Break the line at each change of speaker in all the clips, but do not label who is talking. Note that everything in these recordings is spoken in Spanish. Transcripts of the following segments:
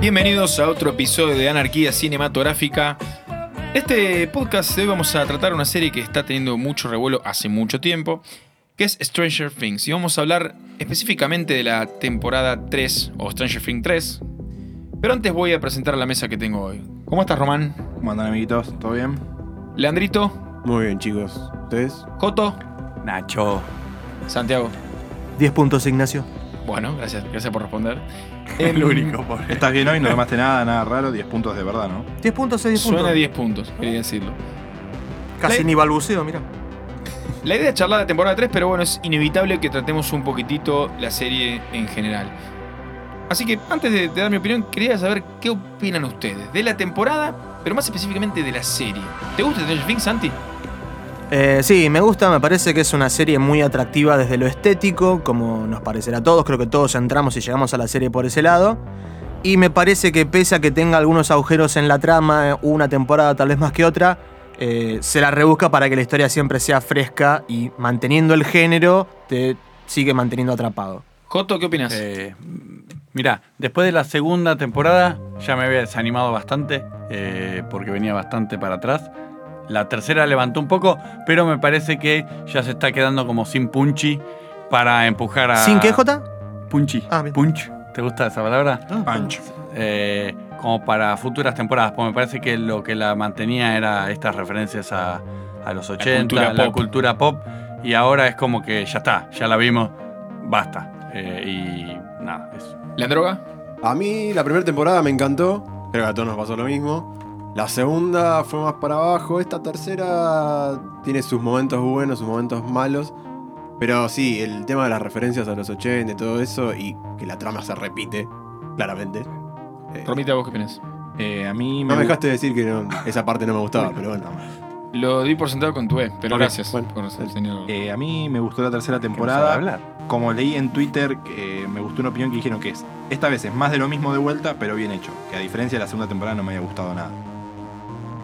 bienvenidos a otro episodio de Anarquía Cinematográfica. Este podcast hoy vamos a tratar una serie que está teniendo mucho revuelo hace mucho tiempo, que es Stranger Things. Y vamos a hablar específicamente de la temporada 3 o Stranger Things 3. Pero antes voy a presentar a la mesa que tengo hoy. ¿Cómo estás, Román?
¿Cómo andan, amiguitos? ¿Todo bien?
Leandrito,
Muy bien, chicos. ¿Ustedes?
Coto,
Nacho.
Santiago.
10 puntos, Ignacio.
Bueno, gracias, gracias por responder.
Es
Em,
lo único, pobre.
¿Estás bien hoy? No tomaste nada, nada raro. 10 puntos de verdad, ¿no?
10 puntos, es 10 puntos.
Suena a 10 puntos, quería decirlo.
Casi
Play-
ni balbuceo, mira.
La idea es charlar de temporada 3, pero bueno, es inevitable que tratemos un poquitito la serie en general. Así que antes de, de dar mi opinión, quería saber qué opinan ustedes de la temporada, pero más específicamente de la serie. ¿Te gusta Stranger Things, Santi?
Eh, sí, me gusta, me parece que es una serie muy atractiva desde lo estético, como nos parecerá a todos, creo que todos entramos y llegamos a la serie por ese lado. Y me parece que pese a que tenga algunos agujeros en la trama, eh, una temporada tal vez más que otra, eh, se la rebusca para que la historia siempre sea fresca y manteniendo el género te sigue manteniendo atrapado.
Joto, ¿qué opinas?
Eh, mirá, después de la segunda temporada ya me había desanimado bastante eh, porque venía bastante para atrás. La tercera levantó un poco, pero me parece que ya se está quedando como sin punchi para empujar a.
¿Sin qué, Jota?
Punchi.
Ah, bien.
Punch. ¿Te gusta esa palabra?
Punch.
eh, como para futuras temporadas, porque me parece que lo que la mantenía era estas referencias a, a los 80,
cultura
la
pop.
cultura pop, y ahora es como que ya está, ya la vimos, basta. Eh, y nada, eso.
¿La droga?
A mí la primera temporada me encantó. Creo que a todos nos pasó lo mismo. La segunda fue más para abajo. Esta tercera tiene sus momentos buenos, sus momentos malos. Pero sí, el tema de las referencias a los 80 y todo eso, y que la trama se repite, claramente. Eh,
Romita, ¿vos qué opinas?
Eh, a mí
no me
me gusta.
dejaste decir que no- esa parte no me gustaba, pero bueno.
Lo di por sentado con tu E, pero
Ok,
gracias
bueno.
por señalarlo.
eh, a mí me gustó la tercera
Vamos a
temporada.
hablar.
Como leí en Twitter, que me gustó una opinión que dijeron que es esta vez es más de lo mismo de vuelta, pero bien hecho. Que a diferencia de la segunda temporada no me había gustado nada.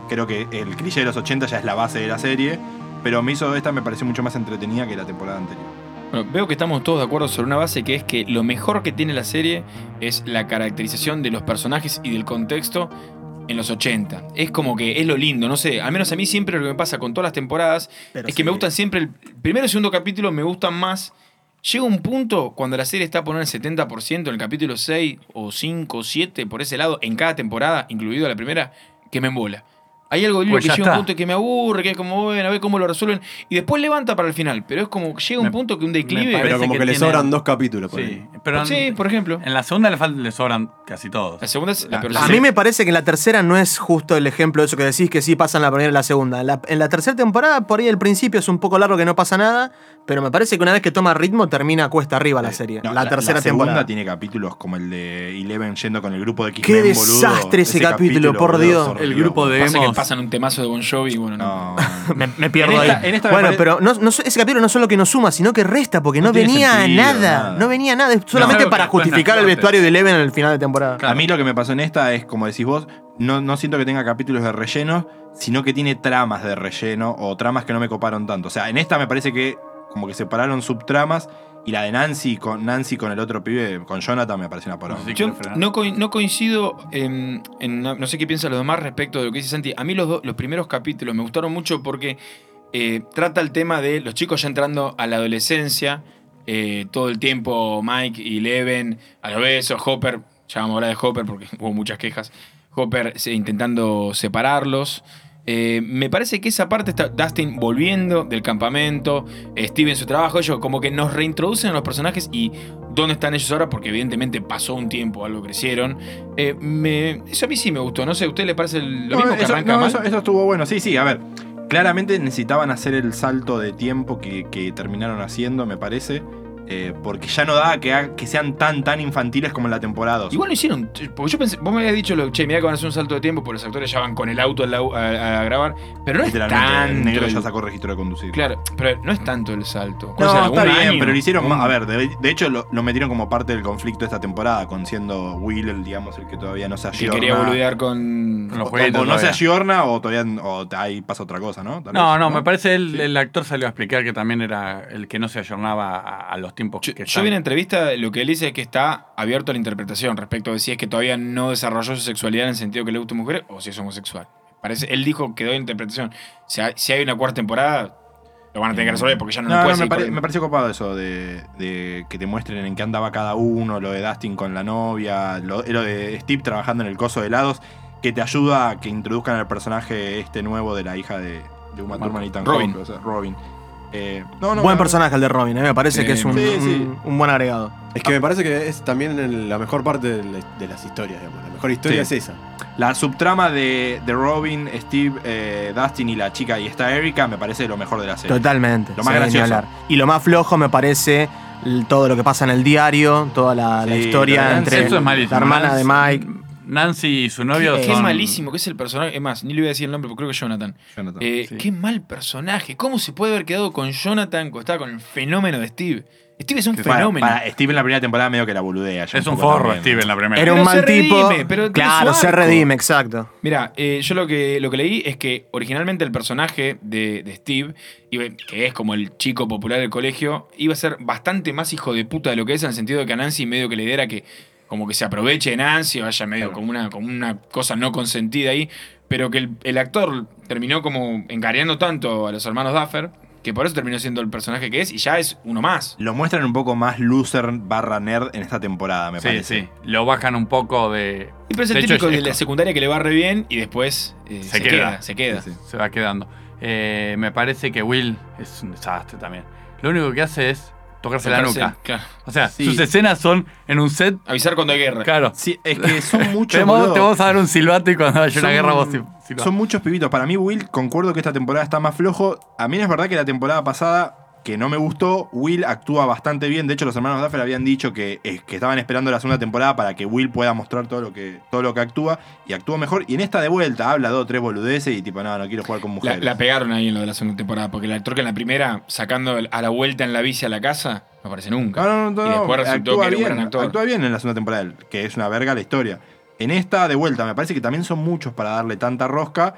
Creo que el cliché de los 80 ya es la base de la serie, pero me hizo esta me pareció mucho más entretenida que la temporada anterior.
Bueno, veo que estamos todos de acuerdo sobre una base que es que lo mejor que tiene la serie es la caracterización de los personajes y del contexto en los 80. Es como que es lo lindo, no sé, al menos a mí siempre lo que me pasa con todas las temporadas es que me gustan siempre, el primero y segundo capítulo me gustan más. Llega un punto cuando la serie está por el 70% en el capítulo 6 o 5 o 7, por ese lado, en cada temporada, incluido la primera, que me embola. Hay algo de Lilo
Pues
que
ya
llega un
está.
punto que me aburre, que es como, bueno, a ver cómo lo resuelven. Y después levanta para el final, pero es como que llega un
Me-
punto que un
me
declive.
parece
Pero como que,
que
le
tiene-
sobran dos capítulos. por
Sí,
ahí.
pero
Sí,
en,
por ejemplo.
en la segunda le, fal- le sobran casi todos.
La segunda es la
A-
peor
a
A
serie.
mí me parece que en la tercera no es justo el ejemplo de eso que decís que sí pasan la primera y la segunda. En la, en la tercera temporada, por ahí el principio es un poco largo que no pasa nada, pero me parece que una vez que toma ritmo termina cuesta arriba la serie.
Eh, No,
la, tercera temporada.
segunda tiene capítulos como el de Eleven yendo con el grupo de
Qué
X-Men, boludo.
desastre ese capítulo, por
boludo,
Dios.
es horrible,
El grupo
boludo.
de
Pasa que
Emos.
pasan un temazo de Bon Jovi y bueno, no.
No.
Me, me pierdo
En
ahí.
esta- en esta me
bueno,
pare-
pero no, no- ese capítulo no solo que no suma, sino que resta, porque no,
No tiene
venía
sentido,
nada,
nada.
No venía nada. Es solamente
Claro,
para
que después
justificar el
las
vestuario de Eleven en el final de temporada.
A mí lo que me pasó en esta es, como decís vos, no, no siento que tenga capítulos de relleno, sino que tiene tramas de relleno o tramas que no me coparon tanto. O sea, en esta me parece que como que separaron subtramas y la de Nancy con Nancy con el otro pibe, con Jonathan, me pareció una
No
parada.
sé si
Yo
quiere frenar.
no, coi- no coincido en, en- no, no sé qué piensan los demás respecto de lo que dice Santi. A mí los, dos- los primeros capítulos me gustaron mucho porque eh, trata el tema de los chicos ya entrando a la adolescencia. eh, todo el tiempo Mike y Leven, a lo besos, Hopper, ya vamos a hablar de Hopper porque hubo muchas quejas. Hopper se- intentando separarlos. Eh, me parece que esa parte está Dustin volviendo del campamento, eh, Steve en su trabajo, ellos como que nos reintroducen a los personajes y dónde están ellos ahora, porque evidentemente pasó un tiempo, algo crecieron. Eh, me- eso a mí sí me gustó, no sé, ¿a usted le parece lo
No,
mismo que
eso,
arranca
no,
mal?
eso- eso estuvo bueno. Sí, sí, a ver. Claramente necesitaban hacer el salto de tiempo que, que terminaron haciendo, me parece. eh, porque ya no daba que, ha- que sean tan, tan infantiles como en la temporada. dos.
Igual lo hicieron, porque yo pensé, vos me habías dicho, lo, che, mirá que van a hacer un salto de tiempo, porque los actores ya van con el auto al au- a, a grabar, pero no es
Literalmente,
tanto.
el negro
el-
ya sacó registro de conducir.
Claro, pero no es tanto el salto.
No,
Cosa de
está
un
bien,
año.
pero lo hicieron más. A ver, de, de hecho lo, lo metieron como parte del conflicto esta temporada, con siendo Will, el, digamos, el que todavía no se
Que
ayorna.
quería boludear con...
Con
O,
los juguetes
o no se
todavía.
ayorna o todavía o ahí pasa otra cosa, ¿no? Tal
No,
vez,
no, me parece el,
Sí.
el actor salió a explicar que también era el que no se ayornaba a, a los tiempos
Yo,
que
yo
están.
vi una entrevista, lo que él dice es que está abierto a la interpretación respecto de si es que todavía no desarrolló su sexualidad en el sentido que le gusta mujeres o si es homosexual. Parece, él dijo que doy interpretación. Si hay, si hay una cuarta temporada, lo van a tener que resolver porque ya no,
No,
lo
no,
puede
me,
seguir
pare-
corriendo.
me pareció copado eso de, de que te muestren en qué andaba cada uno, lo de Dustin con la novia, lo, lo de Steve trabajando en el coso de helados, que te ayuda a que introduzcan al personaje este nuevo de la hija de, de Uma Thurman y Ethan
Robin.
Hawke, o sea, Robin. Eh, no, no,
Buen
no,
personaje el de Robin, eh, me parece que es un,
Sí, sí.
un- un buen agregado.
Es que me parece que es también el- la mejor parte de, la- de las historias, digamos. La mejor historia
Sí.
es esa.
La subtrama de, de Robin, Steve, eh, Dustin y la chica y esta Erika me parece lo mejor de la serie.
Totalmente.
Lo más
sí, ni
gracioso.
hablar. Y lo más flojo me parece l- todo lo que pasa en el diario, toda la, la
Sí,
historia
la-
entre
eso es
la hermana de Mike.
Nancy y su novio
Qué, qué
son.
malísimo que es el personaje. Es más, ni le voy a decir el nombre porque creo que es Jonathan.
Jonathan,
Eh,
sí.
Qué mal personaje. ¿Cómo se puede haber quedado con Jonathan cuando estaba con el fenómeno de Steve? Steve es un
Para-
fenómeno.
para eh. Steve en la primera temporada medio que la boludea. ya
Es un
poco
forro,
también.
Steven, la primera.
Era un
Pero se
mal tipo.
redime, pero tiene
claro,
su
se
arco.
redime, exacto.
Mira, eh, yo lo que, lo que leí es que originalmente el personaje de, de Steve, iba- que es como el chico popular del colegio, iba a ser bastante más hijo de puta de lo que es, en el sentido de que a Nancy medio que le diera que como que se aproveche de Nancy, vaya medio
Claro.
como, una, como una cosa no consentida ahí, pero que el, el actor terminó como encareando tanto a los hermanos Duffer, que por eso terminó siendo el personaje que es, y ya es uno más.
Lo muestran un poco más loser barra nerd en esta temporada, me
Sí,
parece.
sí. Lo bajan un poco de.
Y pero es el
De hecho,
típico
es-
de
es
la
co-
secundaria que le va re bien y después eh,
Se
se,
queda.
queda. se queda.
Sí, sí.
Se va quedando. Eh, me parece que Will es un desastre también. Lo único que hace es tocarse,
Tocarse-
la nuca.
claro.
O sea,
Sí.
sus escenas son en un set.
Avisar cuando hay guerra.
Claro.
Sí, es que son
Te
muchos.
vamos,
boludo.
te vamos a dar un silbato y cuando haya una
Son-
guerra vos sil- silbás.
Son muchos pibitos. Para mí, Will, concuerdo que esta temporada está más flojo. A mí es verdad que la temporada pasada, que no me gustó, Will actúa bastante bien. De hecho, los hermanos Duffer habían dicho que, eh, que estaban esperando la segunda temporada para que Will pueda mostrar todo lo que, todo lo que actúa y actúa mejor. Y en esta de vuelta habla dos o tres boludeces y tipo, no, no quiero jugar con
La,
mujeres.
la pegaron ahí en lo de la segunda temporada, porque el actor que en la primera, sacando el- a la vuelta en la bici a la casa, no aparece nunca.
No, no, no,
Y
no,
después resultó
actúa
que era un
bien,
gran actor.
Actúa bien en la segunda temporada, que es una verga la historia. En esta, de vuelta, me parece que también son muchos para darle tanta rosca.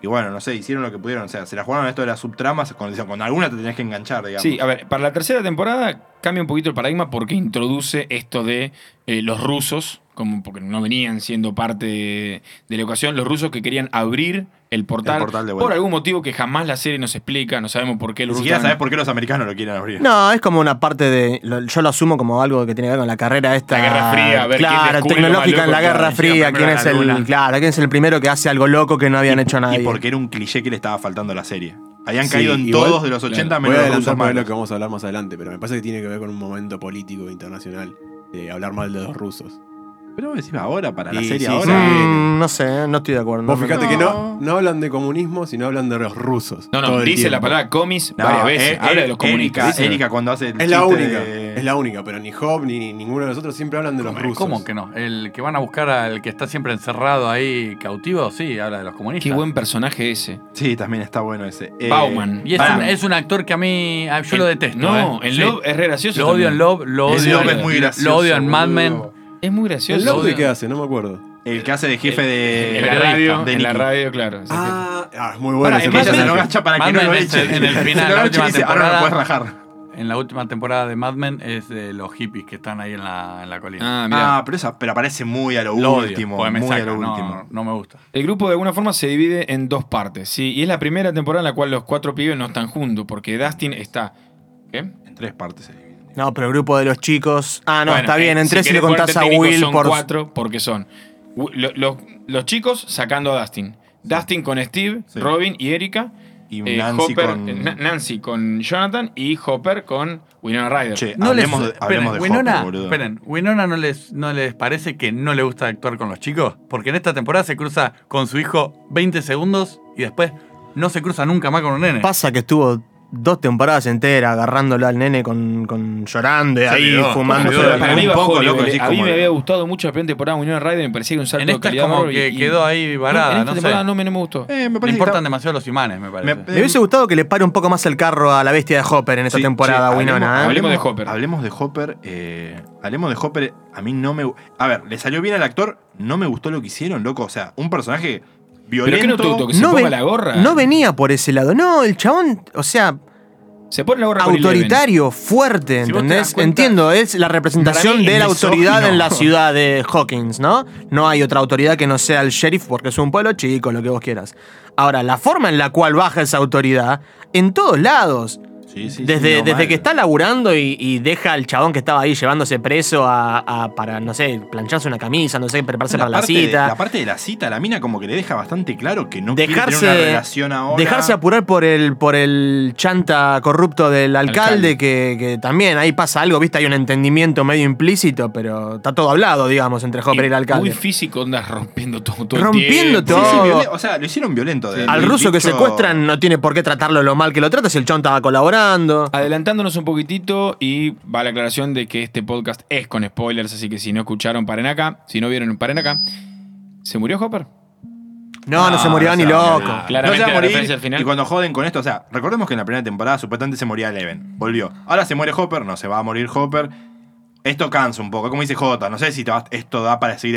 Y bueno, no sé, hicieron lo que pudieron. O sea, se la jugaron a esto de las subtramas. Con, con alguna te tenés que enganchar, digamos.
Sí, a ver, para la tercera temporada cambia un poquito el paradigma porque introduce esto de eh, los rusos, como porque no venían siendo parte de, de la educación, los rusos que querían abrir el portal,
El portal de vuelta.
por algún motivo que jamás la serie nos explica, no sabemos por qué
Ni
los
siquiera
rusos.
sabés por qué los americanos lo quieren abrir.
No, es como una parte de. lo- yo lo asumo como algo que tiene que ver con la carrera esta.
La Guerra Fría, a ver quién
Claro,
descubre lo más
tecnológica en la
loco,
Guerra
claro,
llega
Fría.
primero
¿Quién
a
es
la
el.
luna.
Claro, quién es el primero que hace algo loco que no habían hecho nadie.
Y porque era un cliché que le estaba faltando a la serie. Habían
Sí,
caído en
igual,
todos de los 80
Voy a
menos los rusos
adelantar por ahí lo
malos.
que vamos a hablar más adelante, pero me parece que tiene que ver con un momento político internacional de hablar mal de los rusos.
Pero vos decís ahora, para la
Sí,
serie
sí,
ahora.
sí.
Mm, no sé, no estoy de acuerdo.
Vos fíjate que
No.
no, no hablan de comunismo, sino hablan de los rusos.
No,
todo
no,
el
dice la
tiempo.
palabra comis
No,
varias
eh,
veces,
eh,
habla de los comunistas.
Erika,
dice-
Erika cuando hace el
Es la
chiste
única,
de-
es la única, pero ni Job ni, ni ninguno de nosotros siempre hablan de los rusos.
Eh, ¿Cómo que no? El que van a buscar al que está siempre encerrado ahí cautivo, sí, habla de los comunistas.
Qué buen personaje ese.
Sí, también está bueno ese. Eh,
Bauman.
Y es,
Pará.
un, es un actor que a mí. a- Yo
En-
lo detesto.
No,
¿eh?
en
Sí.
Love es re gracioso.
Lo odio
también.
en Love, lo
Ese
odio,
hombre es muy gracioso.
lo odio en Mad Men.
boludo.
Es muy
¿El
gracioso.
Love de qué hace? No me acuerdo.
El que hace de jefe de.
En la
Periodista.
radio,
de
en la
Nicky.
radio, claro. Sí, sí.
Ah, es muy bueno
Para,
ese
en ella se
personaje.
lo agacha para que
Mad
no
Men
lo
es
eche.
el- en el final,
Se lo
la
agacha y
última
dice, Ahora no
temporada".
puedes rajar.
En la última temporada de Mad Men es de los hippies que están ahí en la, en la colina.
Ah, mirá.
Ah, pero, esa, pero aparece muy a lo,
lo odio,
último.
porque me
muy
saca,
a lo
no,
último.
no me gusta.
El grupo de alguna forma se divide en dos partes, ¿sí? Y es la primera temporada en la cual los cuatro pibes no están juntos, porque Dustin está. ¿Qué?
En tres partes.
No, pero el grupo de los chicos. Ah, no,
Bueno,
está bien.
eh,
En tres si le
querés ponerte
contás a
técnico,
Will
son
por.
cuatro, porque son Wi- lo- lo- los chicos sacando a Dustin. Dustin con Steve,
Sí.
Robin y Erika.
Y
eh,
Nancy
Hopper-
con.
eh, Na- Nancy con Jonathan y Hopper con Winona Ryder.
Che,
No les-
hablemos, de,
esperen,
hablemos de Hopper,
Winona,
boludo.
esperen, Winona no les, no les parece que no le gusta actuar con los chicos, porque en esta temporada se cruza con su hijo 20 segundos y después no se cruza nunca más con un nene.
Pasa que estuvo dos temporadas enteras agarrándolo al nene con, con llorando y ahí
olvidó,
fumando.
se olvidó.
Pero para
un
mí bajó
poco,
el
loco,
nivel.
decís
A mí
como-
me había gustado mucho la primera temporada de Winona Ryder, me parecía que un salto
en
de
esta es
calidad
como
bárbaro y-
que
y-
quedó ahí
No, en
varada,
esta
no,
temporada
sé.
no me, no me gustó.
Eh, me
Le
parece que
importan
está-
demasiado los imanes, me parece.
Me-
Me hubiese gustado que le pare un poco más el carro a la bestia de Hopper en esta
Sí,
temporada,
che,
Winona. ¿eh?
hablemos- de Hopper.
Hablemos de Hopper. eh, hablemos de Hopper. A mí no me. A ver, le salió bien al actor. No me gustó lo que hicieron, loco. O sea, un personaje
¿Pero qué no
violento.
te gustó? ¿Que se ponga
ven-
la gorra?
no venía por ese lado. No, el chabón, o sea,
Se pone la gorra con Eleven.
Autoritario, fuerte,
Si vos te
¿entendés?
das cuenta-
Entiendo, es la representación
Para mí
de
es
la autoridad
misógino.
en la ciudad de Hawkins, ¿no? No hay otra autoridad que no sea el sheriff porque es un pueblo chico, lo que vos quieras. Ahora, la forma en la cual baja esa autoridad, en todos lados.
Sí, sí,
desde
sí, no,
desde
mal.
que está laburando y, y deja al chabón que estaba ahí llevándose preso a, a- para, no sé, plancharse una camisa, no sé, prepararse para la
parte de-
cita.
la parte de la cita, la mina como que le deja bastante claro que no quiere
dejarse,
tener una relación ahora.
dejarse apurar por el, por el chanta corrupto del alcalde,
Alcalde.
Que, que también ahí pasa algo, viste, hay un entendimiento medio implícito, pero está todo hablado, digamos, entre Hopper y el alcalde.
Muy físico, andas rompiendo todo, todo el
Rompiendo
tiempo.
Sí, sí,
todo.
violen- o sea, lo hicieron violento. de-
Al
del
ruso que
bicho-
secuestran no tiene por qué tratarlo lo mal que lo trata si el chon estaba colaborando.
Adelantándonos un poquitito y va la aclaración de que este podcast es con spoilers, así que si no escucharon, paren acá. Si no vieron, paren acá. ¿Se murió Hopper?
No, no, se murió
Ah, no
ni
se va a morir.
loco.
Claramente
no se va
la
a morir.
referencia al final.
Y cuando joden con esto, o sea, recordemos que en la primera temporada supuestamente se moría Eleven. Volvió. Ahora se muere Hopper, no se va a morir Hopper. Esto cansa un poco, como dice Jota. No sé si te va- esto da para seguir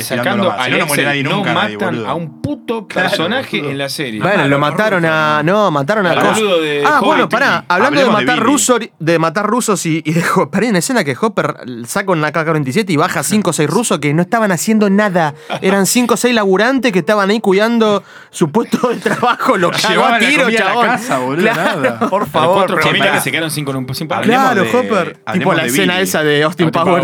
Sacando
estirándolo más.
a
Si no, no muere nadie
Axel, no
nunca. nadie,
matan
boludo.
a un puto
Claro,
personaje
boludo.
en la serie.
Bueno, lo mataron a. No, mataron a
Al
cosas.
boludo de
Ah,
Hopper y
bueno,
Tilly.
pará. Hablando de
Hablemos de
matar,
Billy.
rusos, de matar rusos y, y de Hopper. Hay una escena que Hopper saca una KK-47 y baja 5 o 6 rusos que no estaban haciendo nada. Eran 5 o 6 laburantes que estaban ahí cuidando su puesto de trabajo. Lo cagó
Llevaba
a
la
tiro,
comida a la
chabón.
casa, boludo,
Claro.
nada.
Por
Los
favor,
cuatro
pero
chemitas
pará.
que se quedaron sin, con un, sin pagar.
Hablemos
Claro,
de-
Hopper. Tipo
hablemos
la
de
escena
Billy.
esa de Austin,
Austin
Powers.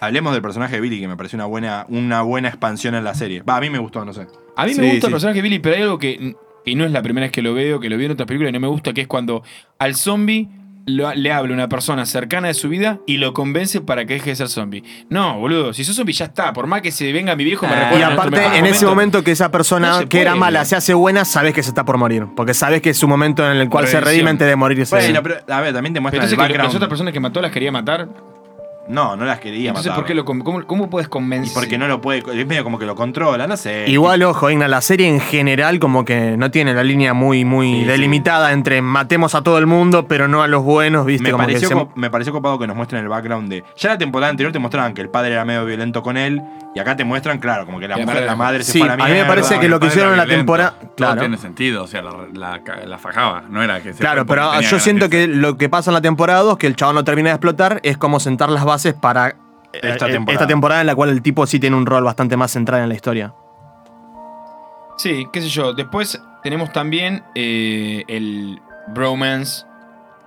Hablemos del personaje de Billy, que me pareció una buena, una buena expansión en la serie. Va, a mí me gustó, no sé.
A mí
Sí,
me gusta
sí.
el personaje de Billy, pero hay algo que. Y no es la primera vez que lo veo, que lo vi en otras películas y no me gusta, que es cuando al zombie lo- le habla una persona cercana de su vida y lo convence para que deje de ser zombie. No, boludo, si sos zombie ya está. Por más que se venga mi viejo, me recuerda.
Ah, Y
a nuestro
aparte,
mejor
en ese momento que esa
No
persona
se
que era
puede,
mala
boludo.
se hace buena, sabes que se está por morir. Porque sabes que es su momento en el cual se
Redención.
redime antes de morirse.
Bueno, pero a ver, también te
Pero
muestran el
entonces que las
background.
otras personas que mató las quería matar.
No, no las quería
entonces,
matar.
¿por qué lo, con- cómo, cómo puedes
Y
convencer?
porque no lo puede. Es medio como que lo controla, no sé.
Igual, ojo, Igna, la serie en general como que no tiene la línea muy, muy
Sí,
delimitada entre matemos a todo el mundo, pero no a los buenos, ¿viste?
Me
como que
pareció,
se-
co- me pareció copado que nos muestren el background de. Ya la temporada anterior te mostraban que el padre era medio violento con él. Y acá te muestran, claro, como que la,
Que la
mujer,
madre-
la madre se
Sí,
fue a la
a mí me
mierda,
parece que
el
lo que
padre
hicieron en
era
la
violento.
temporada...
Claro.
Claro,
tiene sentido, o sea, la, la, ca- la fajaba, no era que se
claro
fue porque
pero
tenía
yo
ganas
siento
de
que lo que pasa en la temporada 2, que el chabón no termina de explotar, es como sentar las bases para eh,
Esta
eh,
temporada.
esta temporada en la cual el tipo sí tiene un rol bastante más central en la historia.
Sí, qué sé yo. Después tenemos también eh, el bromance